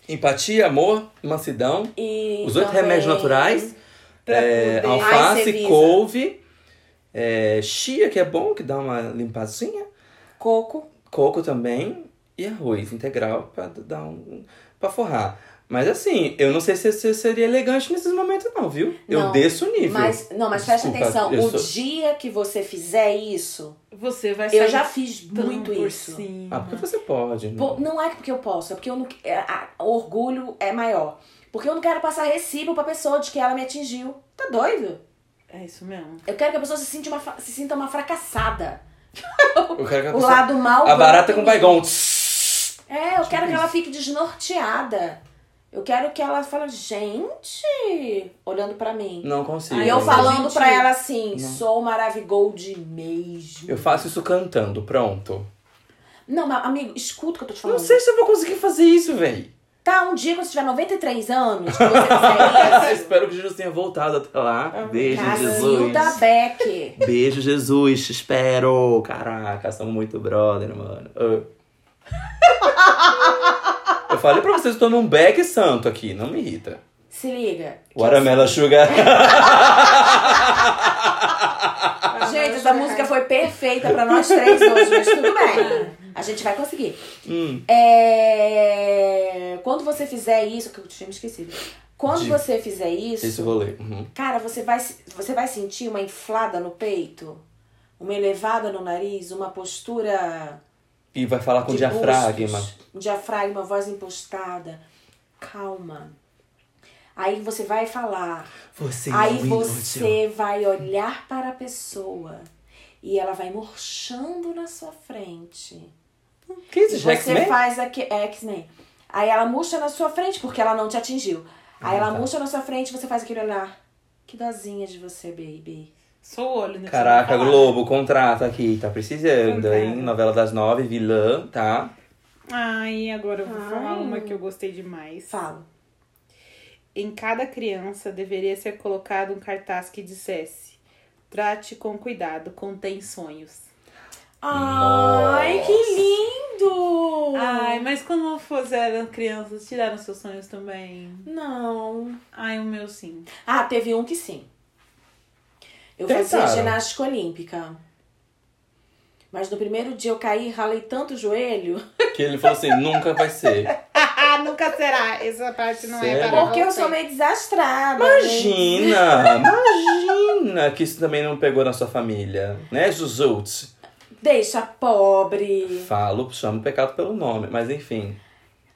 Empatia, amor, mansidão,
e.
os oito
também-
remédios naturais,
Pra
é,
poder-
Ai,
alface,
cerisa.
couve, é, chia, que é bom, que dá uma limpadinha,
Coco,
coco também, e arroz integral pra dar um. pra forrar. Mas assim, eu não sei se você seria elegante nesses momentos, não, viu? eu
Não,
desço o nível.
Mas, não, mas fecha
Desculpa,
atenção.
eu
O
sou-
dia que você fizer isso,
Você vai sair
eu já fiz
tão
muito
um por
isso.
cima.
Ah, porque você pode. né?
Pô, não é porque eu posso, é porque eu não, é, a- o orgulho é maior. Porque eu não quero passar recibo pra pessoa de que ela me atingiu. Tá doido?
É isso mesmo.
Eu quero que a pessoa se sinta uma, fa- se sinta uma fracassada.
Eu quero que a
O
pessoa-
lado mal.
A barata
brota
com
em mim.
baigão.
É, eu quero que ela fique desnorteada. Eu quero que ela fale, gente, olhando pra mim.
Não consigo.
E eu
Mas a
falando
gente-
pra ela assim,
Não.
sou Maravigold mesmo.
Eu faço isso cantando, pronto.
Não, mas amigo, escuta o que eu tô te falando.
Não sei se eu vou conseguir fazer isso,
<laughs>
véi.
Tá, um dia quando você tiver 93 anos, que você
<laughs>
fizer isso.
Espero que Jesus tenha voltado até
Ah,
lá. Beijo, Jesus.
Cacilda Beck.
Beijo, Jesus. Te espero. Caraca, são muito brother, mano.
<laughs>
Ah. Eu falei pra vocês, eu tô num beck santo aqui. Não me irrita.
Se liga.
Watermelon
assim. <laughs>
Sugar.
Gente, essa música foi perfeita pra nós três hoje, mas tudo bem. A gente vai conseguir.
Hum.
É... Quando você fizer isso, que eu tinha me esquecido. Quando
De-
você fizer isso,
Esse rolê. Uhum.
cara, você vai, se- você vai sentir uma inflada no peito, uma elevada no nariz, uma postura
E vai falar Ah, com
de
diafragma.
bustos, um diafragma, voz impostada. Calma. Aí você vai falar.
Você
Aí
é um inútil.
você vai olhar para a pessoa e ela vai murchando na sua frente.
Que
E
isso, é Jack
você
Man?
faz a que- é, X-Men. Aí ela murcha na sua frente porque ela não te atingiu. Aí
Ah,
ela
tá.
murcha na sua frente e você faz aquele olhar. Que dozinha de você, baby.
Só o olho, né?
Caraca,
Você não
Globo, contrata aqui, tá precisando,
Contrata.
hein? Novela das nove, vilã, tá?
fala. Ai, agora eu vou falar
Ai.
uma que eu gostei demais.
Fala.
Em cada criança deveria ser colocado um cartaz que dissesse: Trate com cuidado, contém sonhos.
Ai,
Nossa.
que lindo!
Ai, mas quando fizeram crianças, tiraram seus sonhos também.
Não.
Ai, o meu sim.
Ah, teve um que sim. Eu
Tentaram.
fazia ginástica olímpica. Mas no primeiro dia eu caí e ralei tanto o joelho.
Que ele falou assim, nunca vai ser.
<laughs> Ah, nunca será. Essa parte não é
Sério?
para
Porque eu
você.
sou meio desastrada. né?
Imagina, imagina que isso também não pegou na sua família, né, Zuzult?
Deixa pobre.
Falo, chamo o pecado pelo nome, mas enfim.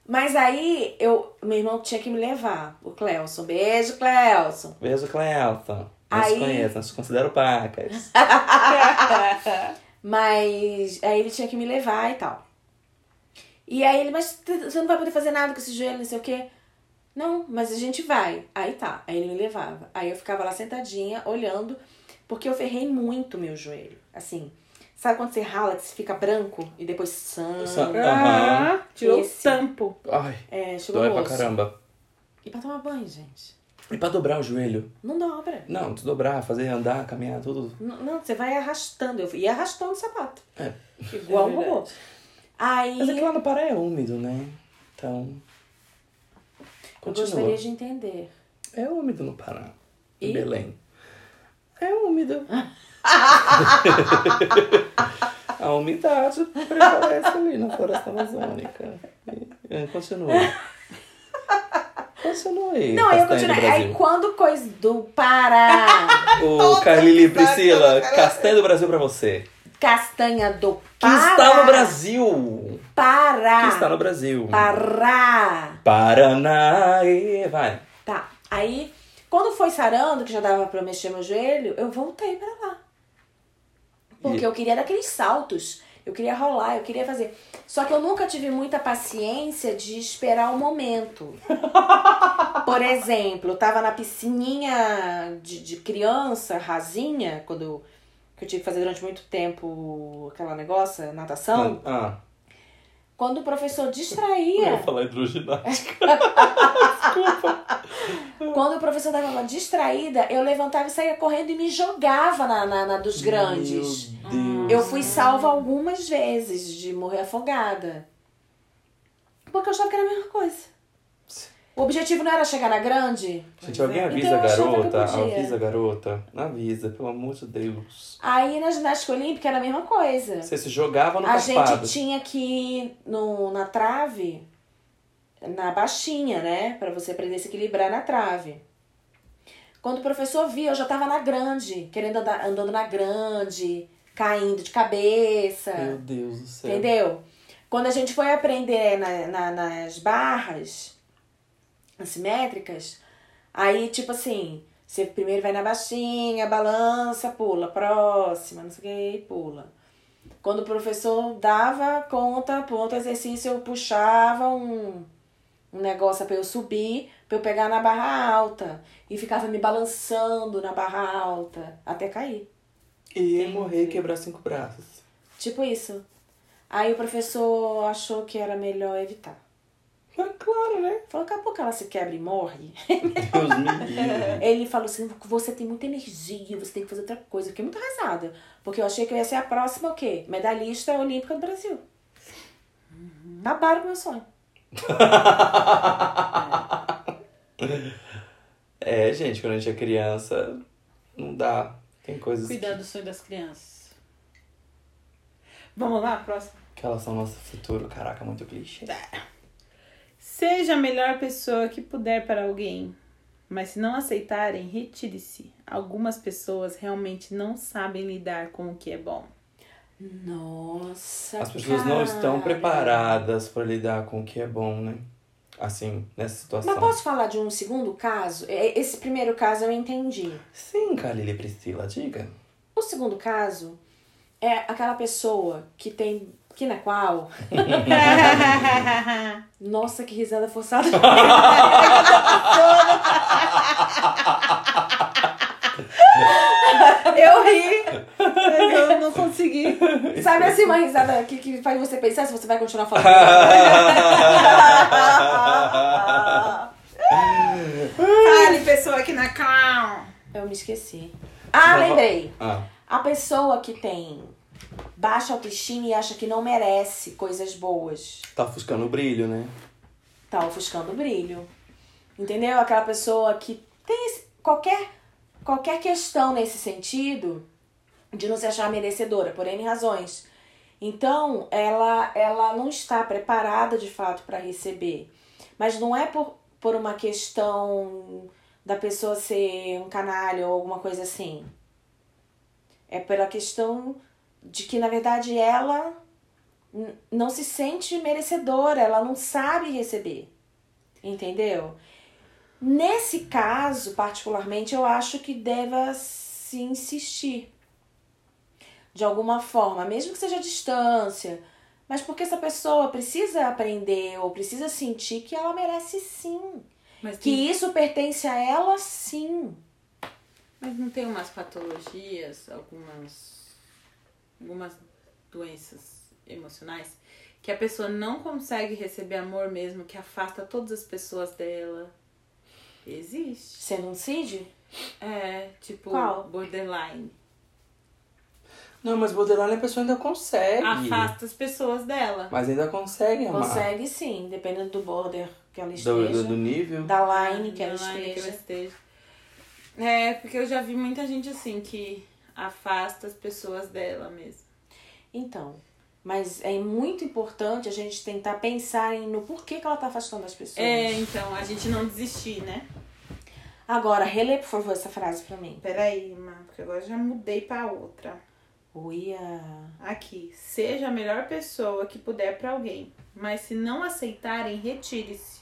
Mas aí eu. Meu irmão tinha que me levar. O Cleelson. Beijo, Cleelson.
Beijo, Cleelton. Não se
Aí-
conheço, não se considero
<laughs>
pacas.
Mas aí ele tinha que me levar e tal. E aí ele, mas t- você não vai poder fazer nada com esse joelho, não sei o quê. Não, mas a gente vai. Aí tá, aí ele me levava. Aí eu ficava lá sentadinha, olhando, porque eu ferrei muito meu joelho. Assim, sabe quando você rala, que você fica branco e depois
Sa-
sangue?
Aham.
<laughs> Ah, tirou o
Esse.
tampo.
Ai,
É, chegou
dói
o
pra
osso.
caramba.
E pra tomar banho, gente?
E pra dobrar o joelho?
Não dobra.
Não, desdobrar, fazer andar, caminhar, tudo.
N- Não, você vai arrastando. Eu ia arrastando o sapato.
É.
Igual
É
um robô. Aí
Mas é que
eu
lá no Pará é úmido, né? Então... Continua.
gostaria de entender.
É úmido no Pará. Em
E?
Belém. É
<laughs>
úmido. A umidade prevalece ali na floresta amazônica. E- e Continua. Continua aí.
Não, aí
Castanha
eu
do
continuei. Aí
Brasil.
quando coisa do
<laughs>
Pará,
O Carlili e Priscila, Castanha do Brasil pra você.
Castanha do
Que
Pará.
está no Brasil.
Pará.
Que está no Brasil.
Pará.
Paraná. e Vai.
Tá. Aí, quando foi sarando, que já dava pra eu mexer meu joelho, eu voltei pra lá. Porque
E-
eu queria dar aqueles saltos. Eu queria rolar, eu queria fazer. Só que eu nunca tive muita paciência de esperar o momento. Por exemplo, eu tava na piscininha de, de criança, rasinha, quando que eu tive que fazer durante muito tempo aquela negócio, natação.
Ah,
Quando o professor
eu
distraía.
ia falar hidroginástica.
Quando o professor dava uma distraída, eu levantava e saía correndo e me jogava na, na, na dos grandes. Ah.
Meu Deus.
Eu fui salva algumas vezes de morrer afogada. Porque eu achava que era a mesma coisa. O objetivo não era chegar na grande?
Gente, alguém avisa
Então eu
a
achava que eu
garota.
podia.
Avisa a garota. Avisa, pelo amor de Deus.
Aí na ginástica olímpica era a mesma coisa.
Você se jogava no
a
carpado.
gente tinha que ir no, na trave, na baixinha, né? Pra você aprender a se equilibrar na trave. Quando o professor via, eu já tava na grande, querendo andar, andando na grande, caindo de cabeça.
Meu Deus do céu.
Entendeu? Quando a gente foi aprender na- na- nas barras assimétricas, aí, tipo assim, você primeiro vai na baixinha, balança, pula, próxima, não sei o que, e pula. Quando o professor dava conta, ponto exercício, eu puxava um, um negócio pra eu subir, pra eu pegar na barra alta. E ficava me balançando na barra alta, até cair.
E ia morrer e quebrar cinco braços.
Tipo isso. Aí o professor achou que era melhor evitar. É
Mas claro, né?
Falou, daqui a pouco ela se quebra e morre.
Deus me
<laughs>
livre.
Ele falou assim, você tem muita energia, você tem que fazer outra coisa. Eu fiquei muito arrasada. Porque eu achei que eu ia ser a próxima, o quê? Medalhista olímpica do Brasil. Acabaram com o meu sonho.
É, <laughs> gente, quando a gente é criança, não dá. Tem coisas
Cuidar do sonho das crianças. Vamos lá, próximo.
que elas são nosso futuro. Caraca, muito clichê.
Seja a melhor pessoa que puder para alguém, mas se não aceitarem, retire-se. Algumas pessoas realmente não sabem lidar com o que é bom.
Nossa,
As pessoas não
cara.
estão preparadas pra lidar com o que é bom, né? Assim, nessa situação.
Mas posso falar de um segundo caso? E- Esse primeiro caso eu entendi.
Sim, Kalila e Priscila,
<laughs>
diga.
O segundo caso é aquela pessoa que tem... Que na qual Nossa, que risada forçada. <laughs>
eu ri, mas eu não consegui.
Sabe assim, uma risada que, que faz você pensar se você vai continuar
<laughs>
falando.
Fale, pessoa aqui na clown.
Eu me esqueci. Ah, lembrei.
Ah,
A pessoa que tem baixa autoestima e acha que não merece coisas boas.
tá ofuscando o brilho, né?
tá ofuscando o brilho. Entendeu? Aquela pessoa que tem esse- qualquer, qualquer questão nesse sentido de não se achar merecedora, por N razões. Então, ela, ela não está preparada de fato para receber. Mas não é por, por uma questão da pessoa ser um canalha ou alguma coisa assim. É pela questão de que, na verdade, ela n- não se sente merecedora, ela não sabe receber. Entendeu? Nesse caso, particularmente, eu acho que deva se insistir. De alguma forma, mesmo que seja à distância, mas porque essa pessoa precisa aprender ou precisa sentir que ela merece sim.
Mas,
Que isso pertence a ela sim.
mas não tem umas patologias, algumas, algumas doenças emocionais que a pessoa não consegue receber amor mesmo, que afasta todas as pessoas dela. Existe.
Você não cide?
É, tipo,
Qual?
borderline.
Não, mas borderline a pessoa ainda
É
consegue.
Afasta as pessoas dela.
Mas ainda consegue amar.
Consegue sim, dependendo do border que ela esteja,
É Do, do, do nível.
da line que ela
Não, ainda que ela
esteja.
esteja. É, porque eu já vi muita gente assim que afasta as pessoas dela mesmo.
Então, mas é muito importante a gente tentar pensar em no porquê que ela tá afastando as pessoas.
É, então, a gente não desistir, né?
Agora, relê, por favor, essa frase pra mim.
Peraí, Má, porque agora já mudei pra outra.
Uia.
Aqui, seja a melhor pessoa que puder pra alguém, mas se não aceitarem, retire-se.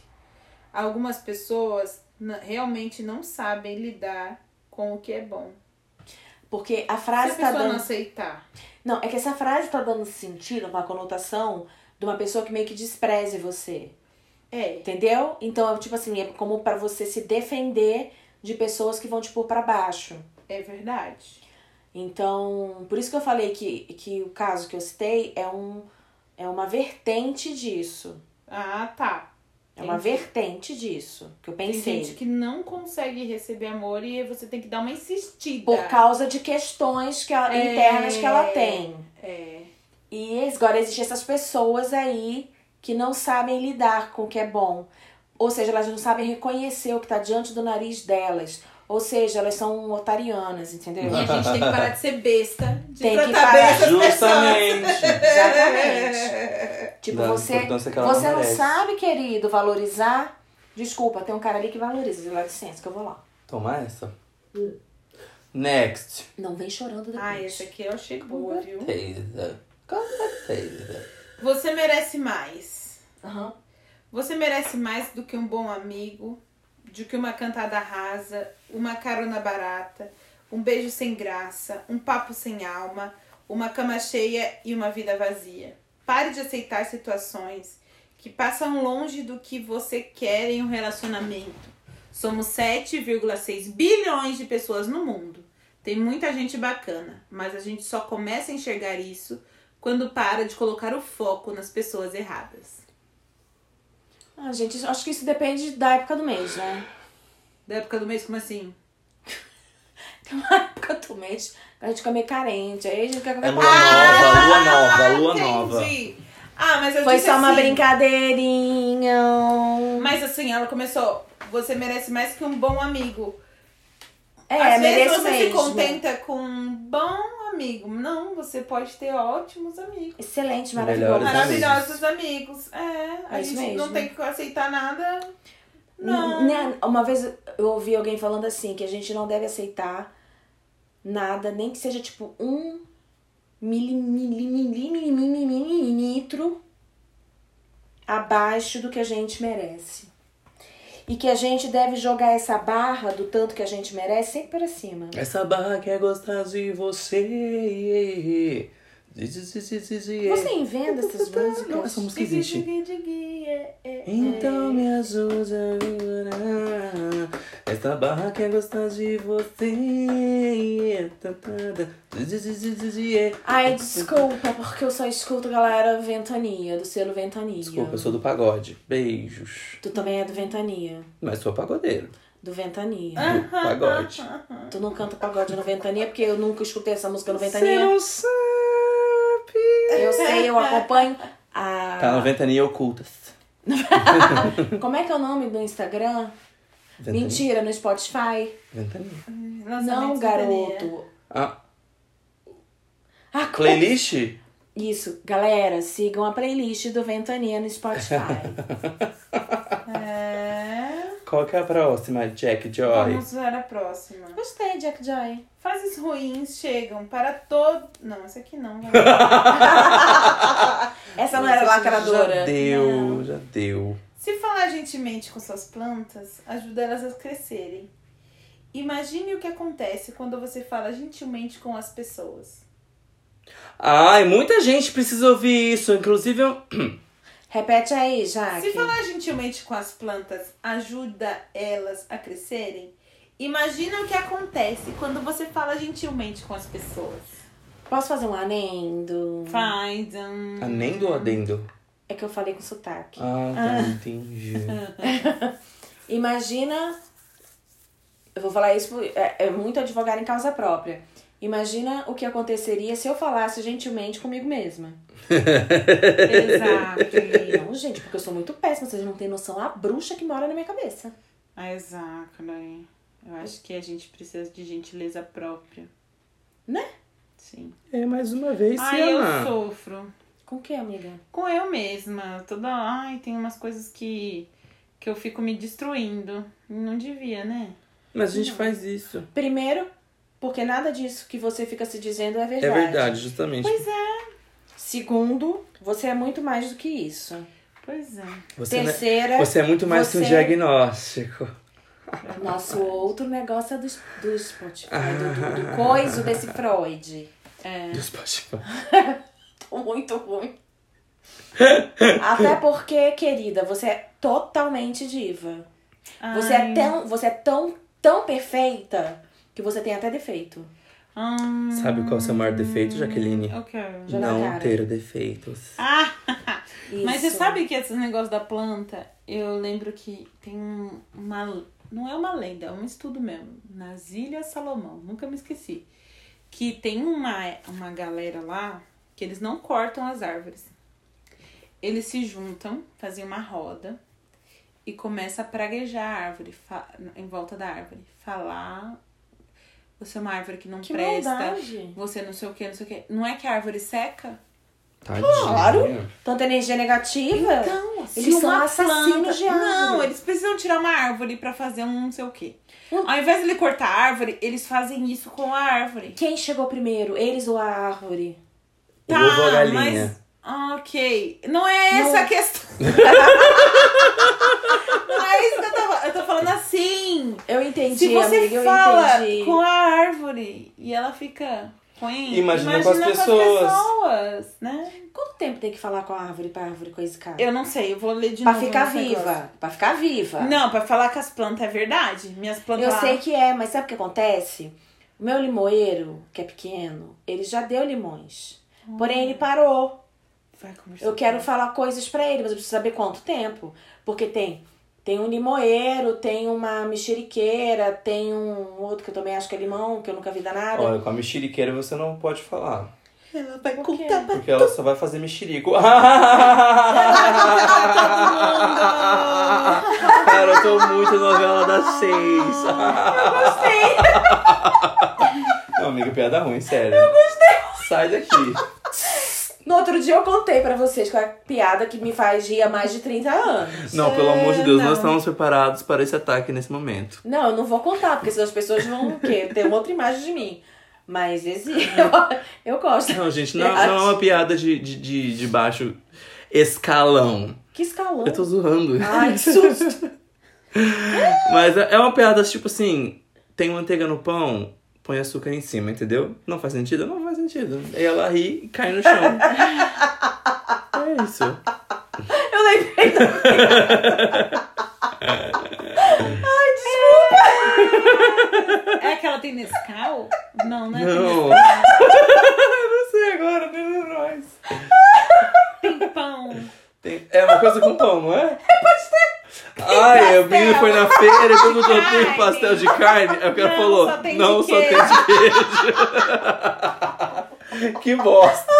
Algumas pessoas n- realmente não sabem lidar com o que é bom.
Porque a
Se a
frase tá
pessoa não
dando.
aceitar,
Não, é que essa frase tá dando sentido, uma conotação de uma pessoa que meio que despreze você.
é.
Entendeu? Então, é tipo assim, é como pra você se defender de pessoas que vão te pôr pra baixo.
É verdade.
Então, por isso que eu falei que, que o caso que eu citei é, um, é uma vertente disso.
Ah, tá.
É uma
Entendi.
vertente disso que eu
Tem
pensei.
gente que não consegue receber amor e você tem que dar uma insistida.
Por causa de questões que ela-
Tá. É.
internas que ela tem.
É.
E agora existem essas pessoas aí que não sabem lidar com o que é bom. Ou seja, elas não sabem reconhecer o que tá diante do nariz delas. Ou seja, elas são otarianas, entendeu?
Uhum.
E a gente tem que parar de ser besta. De
Tem que
tratar
parar.
bem essas
É, Justamente.
<laughs>
Exatamente. Tipo,
Da
você,
importância é que ela
você não
merece.
sabe, querido, valorizar. Desculpa, tem um cara ali que valoriza. Dá licença que eu vou lá.
Toma essa.
Hum.
Next.
Não vem chorando depois.
Ai, essa Ah, aqui eu achei boa, viu?
Taser. Com certeza.
Você merece mais.
Aham.
Você merece mais do que um bom amigo, do que uma cantada rasa, uma carona barata, um beijo sem graça, um papo sem alma, uma cama cheia e uma vida vazia. Pare de aceitar situações que passam longe do que você quer em um relacionamento. Somos 7,6 bilhões de pessoas no mundo. Tem muita gente bacana, mas a gente só começa a enxergar isso quando para de colocar o foco nas pessoas erradas.
Ah, gente, acho que isso depende da época do mês, né? <laughs>
Da época do mês, como assim?
Tem uma época do mês que a gente fica meio carente. Aí a gente quer
É
qualquer
lua
coisa.
nova, lua nova, lua nova.
Ah, Entendi. Ah, mas eu
Foi
disse
só uma
assim,
brincadeirinha.
Mas assim, ela começou. Você merece mais que um bom amigo.
É,
Às vezes
mereço
você
mesmo.
se contenta com um bom amigo. Não, você pode ter ótimos amigos.
Excelente,
Melhores
maravilhoso.
amigos.
Maravilhosos amigos. É, a
É isso
gente
mesmo.
não tem que aceitar nada. Não.
N- né, Uma vez eu ouvi alguém falando assim que a gente não deve aceitar nada, nem que seja tipo um mili, mili, mili, mili, mili, mililitro abaixo do que a gente merece. E que a gente deve jogar essa barra do tanto que a gente merece sempre para cima.
Essa barra quer gostar de você. Você
Você inventa essas
Não,
músicas?
essa música existe.
Digui, digui, digui, é, é, é.
Então me ajuda a virar. Essa barra quer gostar de você. Tá, tá, tá.
Ai, desculpa, porque eu só escuto galera Ventania, do selo Ventania.
Desculpa, eu sou do pagode. Beijos.
Tu também é do Ventania.
Mas sou pagodeiro.
Do Ventania.
Do Uh,
<laughs>
pagode.
Tu não canta pagode no Ventania porque eu nunca escutei essa música no
Você
Ventania.
não sabe.
Eu sei, eu acompanho a.
Tá na ventania ocultas.
Como é que é o nome do Instagram?
Ventania.
Mentira, no Spotify.
Ventania.
não,
Lançamentos da
garoto.
Ah,
Ah, co-
playlist?
Isso, galera, sigam a playlist do Ventania
<laughs>
no Spotify.
Daniela. É.
Qual que é a próxima, Jack Joy?
Vamos ver a próxima.
Gostei, Jack Joy.
Fases ruins chegam para todo. Não, essa aqui não. né?
<laughs>
Essa não era
Já
lacradora.
deu,
Não.
já deu.
Se falar gentilmente com suas plantas, ajuda elas a crescerem. Imagine o que acontece quando você fala gentilmente com as pessoas.
Ai, muita gente precisa ouvir isso. Inclusive, eu-
Repete aí, Jaque.
Se falar gentilmente com as plantas ajuda elas a crescerem, imagina o que acontece quando você fala gentilmente com as pessoas.
Posso fazer um anendo?
Faz
<laughs>
um.
Anendo ou adendo?
É que eu falei com sotaque.
Ah, tá, entendi.
Imagina. Eu vou falar isso, por- é, é muito advogado em causa própria. Imagina o que aconteceria se eu falasse gentilmente comigo mesma.
Exato.
<laughs>
Não, gente, porque eu sou muito péssima, vocês não têm noção a bruxa que mora na minha cabeça.
Ah, Exato, né? Eu acho que a gente precisa de gentileza própria.
Né?
Sim.
É mais uma vez,
Ai, eu
Siena.
sofro.
Com o que, amiga?
Com eu mesma. Toda. Ai, tem umas coisas que. que eu fico me destruindo. Não devia, né?
Mas a gente faz isso.
Primeiro, porque nada disso que você fica se dizendo é
É
verdade.
verdade, justamente.
Pois é.
Segundo, você é muito mais do que isso.
Pois é.
Você, né-
Terceira,
você é muito mais que um
você-
diagnóstico.
nosso outro negócio é do, do Spotify, do,
<laughs>
do, do coiso desse Freud.
É.
Do Spotify.
Tô muito
<laughs>
ruim. Até porque, querida, você é totalmente diva. Você
Ai,
é tão, você é tão, tão perfeita que você tem até defeito.
hum,
Sabe qual é o seu maior defeito, Jaqueline?
Ok.
Já na
Não
cara.
ter defeitos.
Ah! Mas você
Isso.
sabe que esses negócios da planta, eu lembro que tem um- uma. Não é uma lenda, é um estudo mesmo. Nas Ilhas Salomão, nunca me esqueci. Que tem uma, uma galera lá que eles não cortam as árvores. Eles se juntam, fazem uma roda e começa a praguejar a árvore, fa- em volta da árvore. Falar. Você é uma árvore que não
Que
presta.
maldade.
Você não sei o que, não sei o que. Não é que a árvore seca?
Tadinha.
Claro. Tanta energia negativa.
Então, se
eles são
uma planta...
assassinos de árvore.
Não, eles precisam tirar uma árvore pra fazer um não sei o quê.
Hum.
Ao invés de ele cortar a árvore, eles fazem isso com a árvore.
Quem chegou primeiro? Eles ou a árvore?
O ovo ou a galinha?
Tá, mas. Ok. Não é essa
Não.
a questão.
<laughs>
não é isso que eu tava. Eu tô falando assim.
Eu entendi,
Se você
amiga,
fala
eu entendi.
com a árvore e ela fica ruim,
Imagina com as pessoas.
pessoas, né?
Quanto tempo tem que falar com a árvore pra árvore coisicar?
Eu não sei, eu vou ler de
Pra
novo.
ficar
esse
viva.
negócio.
Pra ficar viva.
Não, pra falar que as plantas é verdade. Minhas plantas.
Eu
lá-
sei que é, mas sabe o que acontece? O meu limoeiro, que é pequeno, ele já deu limões.
Hum.
Porém, ele parou.
Vai conversar.
é
Eu quero falar coisas pra ele, mas eu preciso saber quanto tempo. Porque tem tem um limoeiro, tem uma mexeriqueira, tem um outro que eu também acho que é limão, que eu nunca vi danada.
Olha, com a mexeriqueira você não pode falar.
Ela vai
Por quê?
contar pra
Porque ela só vai fazer mexerico. <laughs> Tá Cara, eu tô muito novela das seis.
você.
<laughs> Não, amiga, piada ruim, sério. Eu gostei. Sai daqui.
No outro dia eu contei pra vocês com a piada que me faz rir há mais de 30 anos.
Não, pelo amor de Deus,
Não.
nós estamos preparados para esse ataque nesse momento.
Não, eu não vou contar, porque senão as pessoas vão o quê? ter uma outra imagem de mim. Mas existe. <laughs> Eu, eu gosto.
Não, gente, não, não é uma piada de, de, de, de baixo escalão.
Que escalão.
Eu tô zoando.
Ai, que susto.
Mas é é uma piada tipo assim: tem manteiga no pão, põe açúcar em cima, entendeu? Não faz sentido? Não faz sentido. Aí ela ri e cai no chão.
<laughs>
é isso.
Eu lembrei. da-
É aquela tem Nescau? Não, né?
<laughs> Não. Eu não sei agora, nem lembro mais.
Tem pão.
Tem- É uma coisa com pão, não é? É pastel. Ai, o menino foi na feira e perguntou: tem
Carne.
pastel de carne? Aí o cara
Não,
falou:
só tem de
não, só
queijo."
tem de queijo. <laughs> que bosta.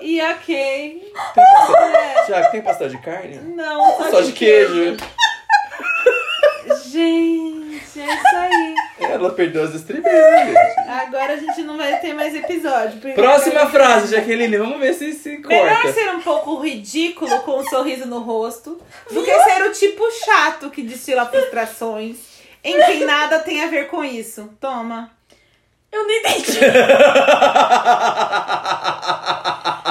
E ok.
Tem pastel... Tiago, tem pastel de carne?
Não, É. só,
Só de queijo.
Gente, é isso aí.
Ela perdeu as estribeiras, gente.
Agora a gente não vai ter mais episódio. porque-
<laughs> Próxima frase, Jaqueline. Vamos ver se se
Melhor
corta.
ser um pouco ridículo com um sorriso no rosto do que ser o tipo chato que destila frustrações em quem nada tem a ver com isso. Toma.
Eu nem
<laughs>
entendi.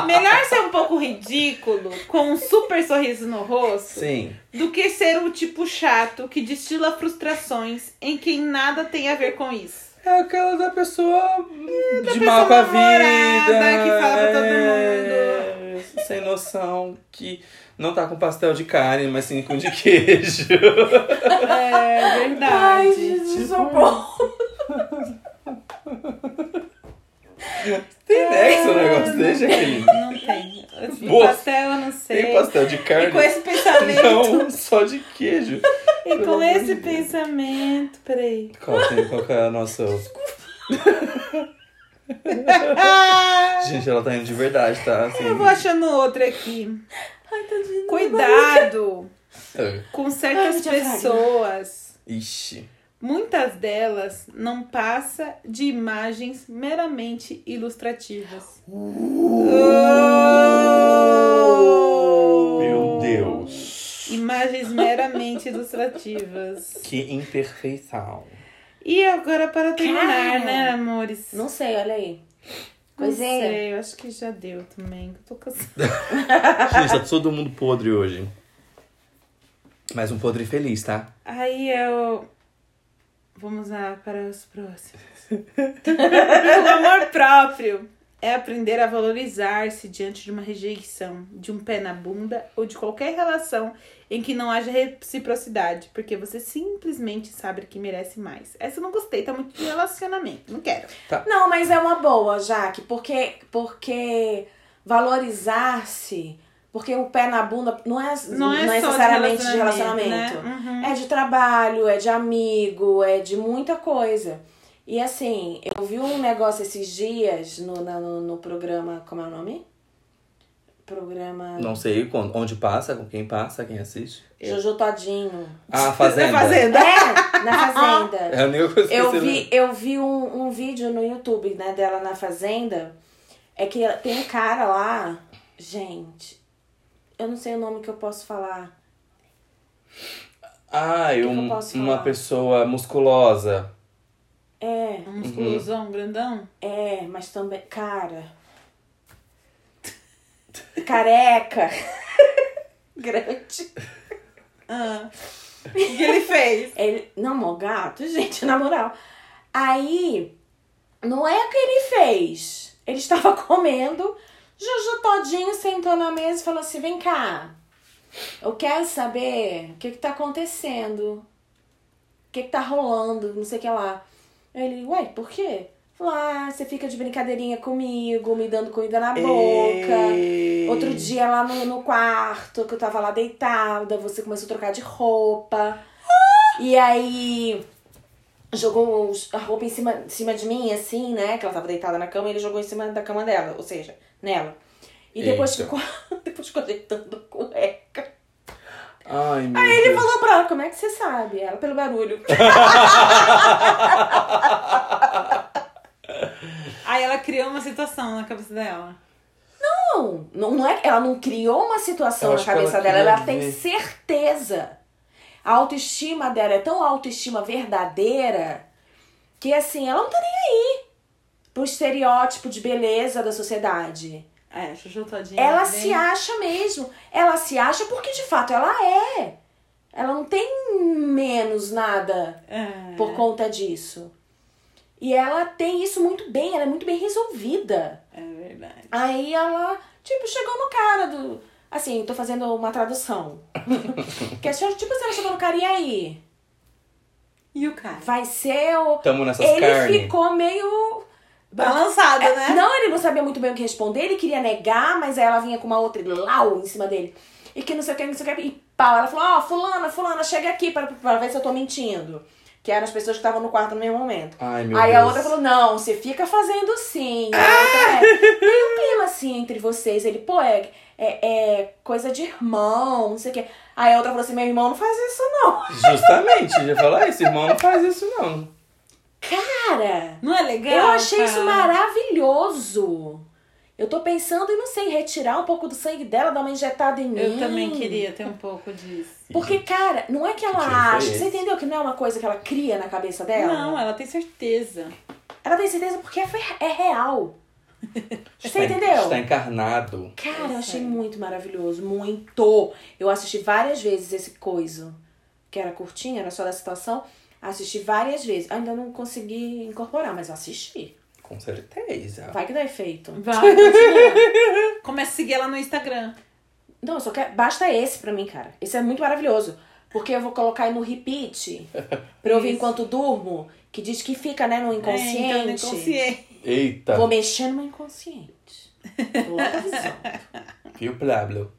Melhor ser um pouco ridículo com um super sorriso no rosto
<laughs> Sim.
do que ser o tipo chato que destila frustrações em quem nada tem a ver com isso.
É aquela da pessoa de
É, pessoa
mal com a vida.
namorada, que fala pra todo
mundo. É, Sem noção que não tá com pastel de carne, mas sim
<laughs>
com de queijo.
É verdade.
Ai,
tipo
Jesus, socorro.
Tem nexo o negócio desse, Jaqueline?
Ah, Não tem. No
Nossa.
pastel eu não sei.
Tem pastel de
E com
carne?
esse pensamento.
Não, só de queijo.
E
Pelo
com
amor
esse
de Deus.
pensamento, peraí.
Qual, tem, qual que é a nossa... Gente, ela tá indo de verdade, tá? Assim,
Eu vou achando outra aqui.
Ai, tadinho.
Cuidado
é.
com
Ai,
certas
minha praga.
pessoas.
Ixi.
Muitas delas não passa de imagens meramente ilustrativas.
Meu Deus.
Imagens meramente ilustrativas.
Que imperfeição.
E agora para terminar,
Cara.
né, amores?
Não é. sei, olha aí.
Não
Coisinha.
sei, eu acho que já deu também. Eu tô cansada.
Gente, tá todo mundo podre hoje. Mas um podre feliz, tá?
Aí eu. Vamos lá para os próximos. o amor próprio é aprender a valorizar-se diante de uma rejeição, de um pé na bunda ou de qualquer relação em que não haja reciprocidade, porque você simplesmente sabe que merece mais. Essa eu não gostei, tá muito de relacionamento. Não quero.
Não, mas é uma boa, Jaque, porque, porque valorizar-se, porque o pé na bunda não é,
Não é, só
necessariamente de relacionamento.
né? Uhum.
É de trabalho, é de amigo, é de muita coisa. E assim, eu vi um negócio esses dias no, na- no, no programa, como é o nome? Programa
Não sei quando- onde passa, com quem passa, quem <laughs> assiste.
Jojo Todinho.
Ah, a Fazenda.
Na fazenda.
É, na Fazenda.
É a única coisa que
Eu
você
vi, eu vi um, um vídeo no YouTube, né, dela na Fazenda. É que ela- tem um cara lá, gente, eu não sei o nome que eu posso falar.
Ah,
que eu
um-
posso
uma
falar?
pessoa musculosa.
É,
Um musculosão grandão.
é, mas também. Cara. Careca. <laughs> Grande.
Ah. <laughs> O que ele fez?
Ele, não, meu gato, <laughs> gente, na moral. Aí, não é o que ele fez. Ele estava <laughs> comendo, Juju todinho sentou na mesa e falou assim: vem cá, eu quero saber o que que tá acontecendo, o que que tá rolando, não sei o que lá. Ele, ué, por quê? Falou, ah, você fica de brincadeirinha comigo, me dando comida na boca.
Ei.
Outro dia lá no, no quarto, que eu tava lá deitada, você começou a trocar de roupa. E aí jogou os- a roupa em cima, em cima de mim, assim, né? Que ela tava deitada na cama e ele jogou em cima da cama dela, ou seja, nela. E depois
Eita.
ficou, <laughs> depois ficou deitando a cueca.
Ai, meu
Ele
Deus.
falou pra ela, como é que você sabe? Ela, pelo barulho.
Aí ela criou uma situação na cabeça dela.
Não, não, não é, ela não criou uma situação
Eu
na
acho que ela
cabeça dela, ela
queria
tem
ver.
certeza. A autoestima dela é tão autoestima verdadeira que assim, ela não tá nem aí pro estereótipo de beleza da sociedade.
É, chuchu todinha.
Ela
bem-
se acha mesmo. Ela se acha porque de fato ela é. Ela não tem menos nada
É.
por conta disso. E ela tem isso muito bem, ela é muito bem resolvida.
É verdade.
Aí ela, tipo, chegou no cara do. Assim, tô fazendo uma tradução. que a senhora, tipo, a senhora chegou no cara, e aí?
E o cara?
Vai ser o.
<laughs> Tamo nessas
ele
carnes.
ficou meio.
Balançado, né?
É, Não, ele não sabia muito bem o que responder, ele queria negar, mas aí ela vinha com uma outra e lau em cima dele. E que não sei o que, não sei o que. E pau. Ela falou: Ó, fulana, fulana, chega aqui pra, pra ver se eu tô mentindo. Que eram as pessoas que estavam no quarto no mesmo momento.
Ai, meu
aí
Deus. Ah!
a outra falou: não, você fica fazendo sim. E a outra, é, Tem um clima assim entre vocês. Ele, pô, é, é, é coisa de irmão, não sei o quê. Aí a outra falou assim: meu irmão não faz isso, não.
Justamente, eu ia falar isso, irmão, não faz isso não.
Cara,
Não é legal?
eu achei
cara?
isso maravilhoso. Eu tô pensando em, não sei, retirar um pouco do sangue dela, dar uma injetada em mim.
Eu também queria ter um pouco disso.
Porque, cara, não é que ela
Uhum. Que dia foi
acha.
esse?
Você entendeu que não é uma coisa que ela cria na cabeça dela?
Não, é. ela tem certeza.
Ela tem certeza porque é, fer- é real.
Está
Você
en-
entendeu?
Está encarnado.
Cara, eu achei
Isso aí.
muito maravilhoso, muito. Eu assisti várias vezes esse coiso, que era curtinho, era só da situação. Assisti várias vezes. Ainda não consegui incorporar, mas eu assisti.
Com certeza.
Vai que dá efeito. <laughs>
Vai, continua. Começa a seguir ela no Instagram. É,
Não, eu só quero. Basta esse pra mim, cara. Esse é muito maravilhoso. Porque eu vou colocar aí no
<laughs>
repeat pra eu ouvir
Isso.
enquanto durmo, que diz que fica, né, no inconsciente.
É, então, inconsciente.
Eita,
Vou mexer no meu
<laughs>
inconsciente. Vou avisando.
viu, Pablo?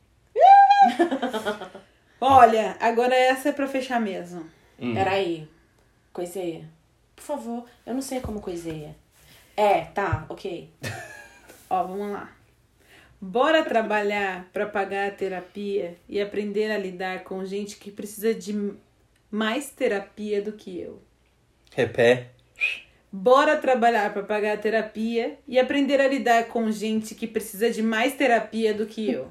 Olha, agora essa é pra fechar mesmo.
Hum.
Peraí. Coiseia. Por favor, eu não sei como coiseia. É, tá, ok.
Ó, vamos lá. Bora trabalhar pra pagar a terapia e aprender a lidar com gente que precisa de m- mais terapia do que eu.
Repé.
Bora trabalhar pra pagar a terapia e aprender a lidar com gente que precisa de mais terapia do que eu.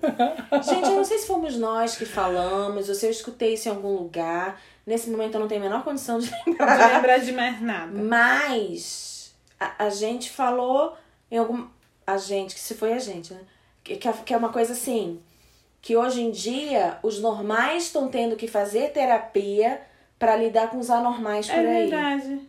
Gente, eu não sei se fomos nós que falamos, ou se eu escutei isso em algum lugar. Nesse momento eu não tenho a menor condição de
Não
lembrar.
lembrar de mais nada.
Mas a, a gente falou em algum. A gente, que se foi a gente, né? Que, que é- que é uma coisa assim. Que hoje em dia os normais estão tendo que fazer terapia pra lidar com os anormais por
É
aí.
verdade.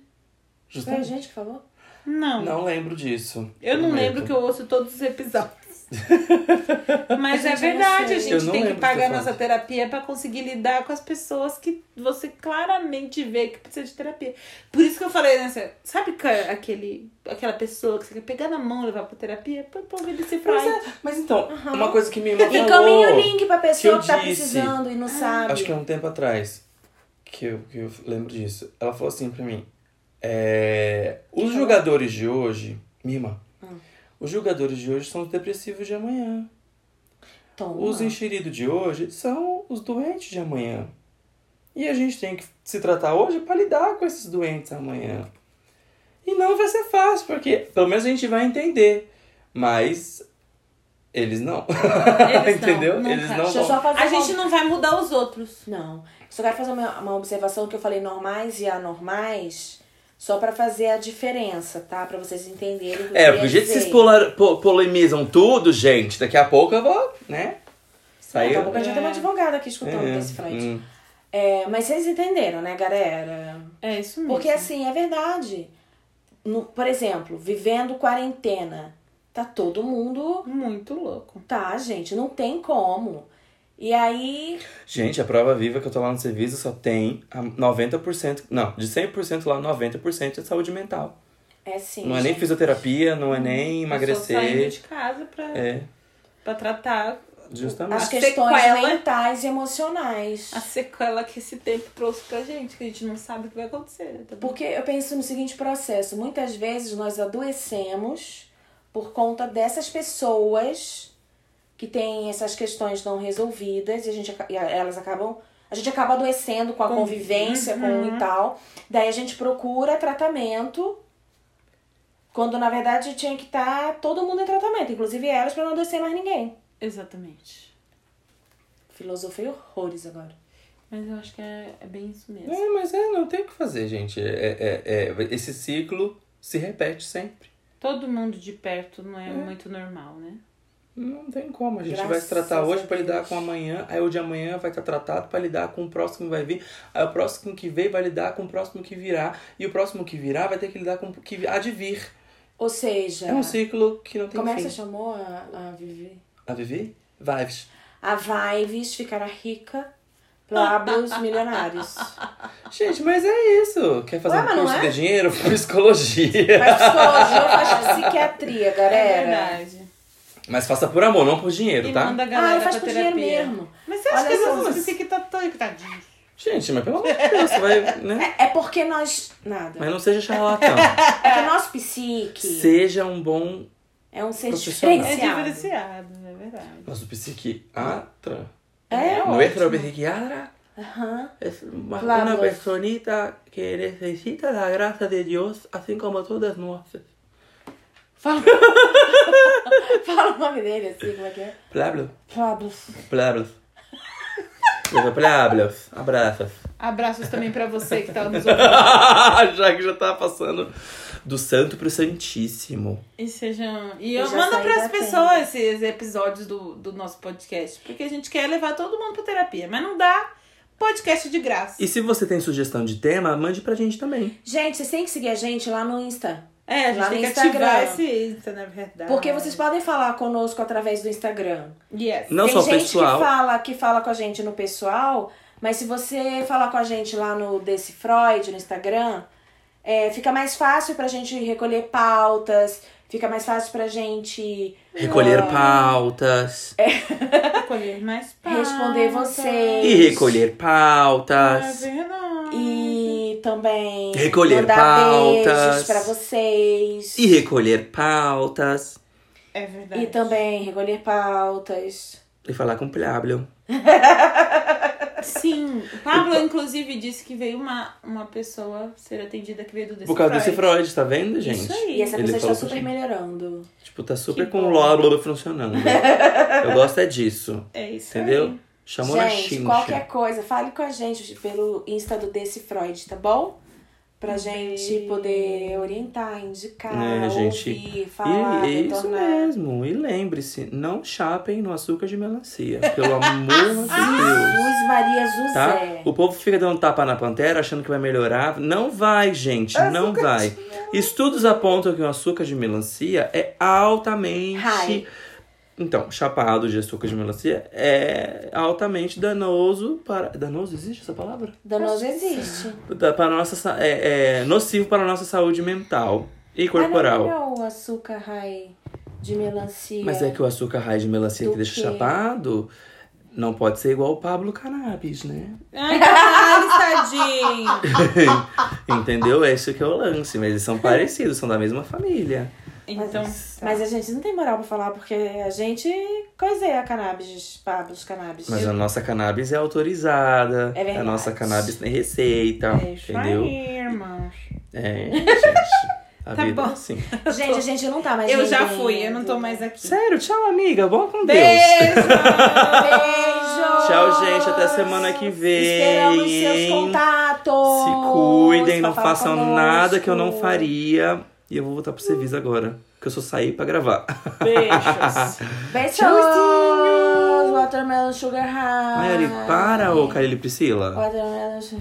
Foi a
Justamente.
gente que falou?
Não.
Não lembro disso.
Eu não
Prometo.
lembro que eu ouço todos os episódios.
<laughs>
Mas
Gente,
é
eu não
verdade,
sei.
a
Eu
gente
não
tem que
lembro
pagar
dessa
nossa
parte.
terapia pra conseguir lidar com as pessoas que você claramente vê que precisa de terapia. Por isso que eu falei, né? assim, Sabe que aquele, aquela pessoa que você quer pegar na mão e levar pra terapia? Põe pra ouvir desse
Pois
frase.
é, mas então,
Aham.
uma coisa que minha irmã falou...
Encaminha o link pra pessoa
que eu
que, tá
disse.
precisando e não sabe.
Acho que é um tempo atrás que eu, que eu lembro disso. Ela falou assim pra mim: é, Os jogadores de hoje, minha irmã, os jogadores de hoje são os depressivos de amanhã.
Toma.
Os enxeridos de hoje são os doentes de amanhã. E a gente tem que se tratar hoje para lidar com esses doentes amanhã. E não vai ser fácil, porque pelo menos a gente vai entender. Mas eles não. <laughs>
Eles não,
Entendeu?
nunca.
Eles não
Deixa eu
vão.
só fazer
A
uma-
gente não vai mudar os outros.
Não. Só quero fazer uma, uma observação que eu falei normais e anormais, só pra fazer a diferença, tá? Pra vocês entenderem. o que eu
É,
queria
porque o jeito que vocês
dizer.
polar- po- polemizam tudo, gente, daqui a pouco eu vou, né?
Daqui
Saiu.
a pouco a gente tem uma advogada aqui escutando
É,
desse frente.
hum.
É, mas vocês entenderam, né, galera?
É isso mesmo.
Hum.
Porque assim, é verdade. No- por exemplo, vivendo quarentena, tá todo mundo.
Muito louco.
Tá, gente, não tem como. E aí.
Gente, a prova viva que eu tô lá no serviço só tem a 90%, não, de 100% lá, 90% é saúde mental.
É sim.
não é nem
gente.
fisioterapia, não é nem
Pessoas saindo
emagrecer.
de casa pra,
É,
pra tratar
justamente.
As
A
questões
sequela-
mentais e emocionais.
a sequela que esse tempo trouxe pra gente, que a gente não sabe o que vai acontecer. Tá bom?
Porque eu penso no seguinte processo: muitas vezes nós adoecemos por conta dessas pessoas que têm essas questões não resolvidas e, a gente, aca- e a- elas acabam. A gente acaba adoecendo com a
Com-
convivência com
Uhum.
e tal. Daí a gente procura tratamento. Quando na verdade tinha que estar todo mundo em tratamento, inclusive elas, pra não adoecer mais ninguém.
Exatamente.
Filosofei horrores agora.
Mas eu acho que é, é bem isso mesmo.
É, mas é, não tem o que fazer, gente. É, é, é, esse ciclo se repete sempre.
Todo mundo de perto não é, muito normal, né?
Não tem como. A gente vai
Graças
se tratar hoje
a
pra lidar
Deus.
com amanhã, aí o de amanhã vai estar tratado pra lidar com o próximo que vai vir, aí o próximo que veio vai lidar com o próximo que virá, e o próximo que virá vai ter que lidar com o que há de vir.
Ou seja,
É um ciclo que não tem
como é que
fim.
você chamou a, a Vivi?
A Vivi? Vibes.
A Vives ficará rica, <laughs> lábios milionários.
Gente, mas é isso. Quer fazer
Ué,
um
mas não
curso
é?
de dinheiro? <laughs> Psicologia.
Faz psicologia, faz psiquiatria,
É
galera.
verdade.
Mas faça por amor, não por dinheiro,
E
tá?
manda a
ah,
galera
faz
pra
por
terapia.
dinheiro mesmo.
Mas você acha
Olha
que
só,
essas
mas-
pessoas que tá tão tadinhas?
Gente, mas pelo amor de Deus, você vai, né?
É porque nós. Nada.
Mas não seja
<laughs>
charlatão.
É que o nosso psique
Seja um bom.
é um ser
Profissional.
É
diferenciado.
diferenciado, é verdade.
Nosso psiquiatra.
É?
Não Nuestro psiquiatra
Aham.
es más
Claro.
una personita que necesita la gracia de Dios, assim como todas nós.
Fala... <laughs> Fala o nome dele assim, como é que é?
Plablos.
Pablo.
Plablos. Leva Plablos. Abraços.
Abraços também pra você que tá <laughs> nos ouvindo.
<laughs> já que já tá passando do santo pro santíssimo.
E sejam. E
Eu
eu
já
manda
saí
pras
da
pessoas esses episódios do, do nosso podcast. Porque a gente quer levar todo mundo pra terapia. Mas não dá podcast de graça.
E se você tem sugestão de tema, mande pra gente também.
Gente, vocês têm que seguir a gente lá no Insta.
É, a gente
Lá
tem que
no Instagram.
ativar esse Insta, na verdade.
Porque vocês podem falar conosco através do Instagram.
Yes.
Não
Tem
só o
gente
pessoal.
que fala que fala com a gente no pessoal, mas se você falar com a gente lá no Desse Freud, no Instagram, é, fica mais fácil pra gente recolher pautas, fica mais fácil pra gente
Recolher
ah,
pautas.
É Recolher mais pautas.
Responder vocês.
E recolher
É
pautas.
verdade.
e também
Recolher
mandar
pautas.
beijos pra vocês.
E recolher pautas.
É verdade.
E também recolher pautas.
E falar com o Plablo.
Sim. Pablo,
Então
inclusive, disse que veio uma, uma pessoa ser atendida que veio do
Por causa desse
Freud.
Freud, tá vendo, gente?
Isso aí.
E essa
Ele
pessoa está
falou com a
super
gente.
melhorando.
Tipo, tá super
Que
com
bom.
o lóbulo
<laughs>
funcionando. Eu gosto é disso.
É isso
Entendeu?
aí.
Chamou na
gente,
chincha.
é
qualquer coisa, fale com a gente pelo Insta do Desse Freud, tá bom? Pra
Um
gente
beijo.
poder orientar, indicar,
É, gente.
ouvir, falar,
E, e é isso
retornar.
mesmo. E lembre-se, não chapem no açúcar de melancia. Pelo amor de
<laughs>
Deus.
Jesus Ah, Maria
Tá?
José.
O povo fica dando tapa na pantera, achando que vai melhorar. Não vai, gente.
É
não vai. Estudos apontam que o açúcar de melancia é altamente.
High.
Então, chapado de açúcar de melancia é altamente danoso para. Danoso existe essa palavra?
Danoso existe.
Da- Para a nossa, sa- é, é nocivo para a nossa saúde mental e <laughs>
Ah,
corporal.
não, não, o açúcar high de melancia. Tá.
Mas é que o açúcar raiz de melancia
Do
que deixa
quê?
chapado não pode ser igual o Pablo Cannabis, né?
Ai, caralho, tadinho.
Entendeu? É isso que é o lance. Mas eles são parecidos, são da mesma família.
Então,
Mas a gente não tem moral pra falar, porque a gente Coisei a cannabis, Pablos cannabis.
Mas a nossa cannabis é autorizada.
É verdade.
A nossa cannabis tem receita.
É isso
entendeu?
Aí, irmãos.
É, gente.
<laughs>
A
Tá
vida é
bom.
assim.
<laughs> Gente, a gente não tá mais
Eu já
vendendo.
fui, eu não tô mais aqui.
Sério, tchau, amiga. Bom com Deus.
Beijo! <laughs>
Beijo!
Tchau, gente. Até semana que vem.
Esperamos seus
hein?
contatos.
Se cuidem,
pra
não
falar
façam
conosco.
nada que eu não faria. E eu vou voltar pro serviço agora. Que eu só saí pra gravar.
Ah.
<laughs>
Beijos.
Beijos!
Tchauzinho.
Watermelon Sugar High.
Mary, para, ô Kareli Priscila.
Watermelon Sugar